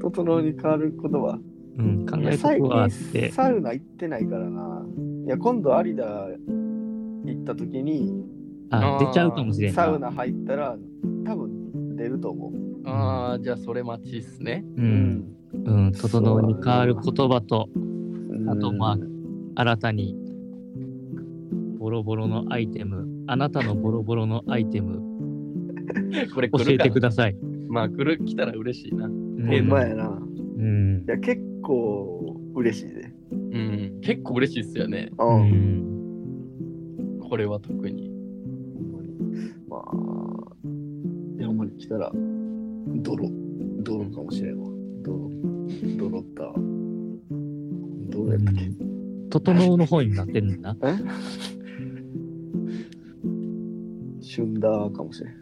整うに変わることは、うん。考えと最くわっ近て。サウナ行ってないからな。いや、今度有田行った時に、あ、出ちゃうかもしれんなサウナ入ったら、多分出ると思う。ああじゃあそれ待ちっすねうん。うん。整うに変わる言葉と、うん。あとまあ新たにボロボロのアイテムあなたのボロボロのアイテムこれ教来えるかてくなださい。まあ来る来たら嬉しいなうんほんまやな。うんいや、結構嬉しいで。うん結構嬉しいっすよねう。うんんこれは特にほんまにまあ、いや、ほんまに来たら、泥、泥かもしれんわ。泥、泥った。泥やったっけ、整うの方になってるんだな。旬だかもしれん。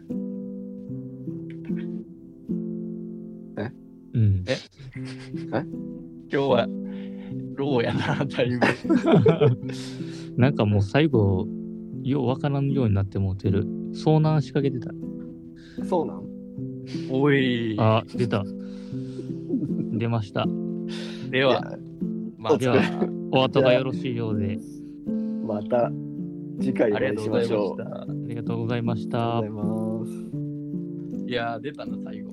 うんえ今日はローやな だいぶなんかもう最後ようわからんようになってもうてる遭難しかけてたそうなんおいあ出た出ましたでいはやまあででははお後がよろしいようでまた次回おあり会いがとしうごましょう。ざいましたありがとうございましあたりがとうございます。いやー出たな最後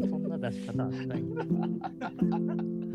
そんな出し方あったんや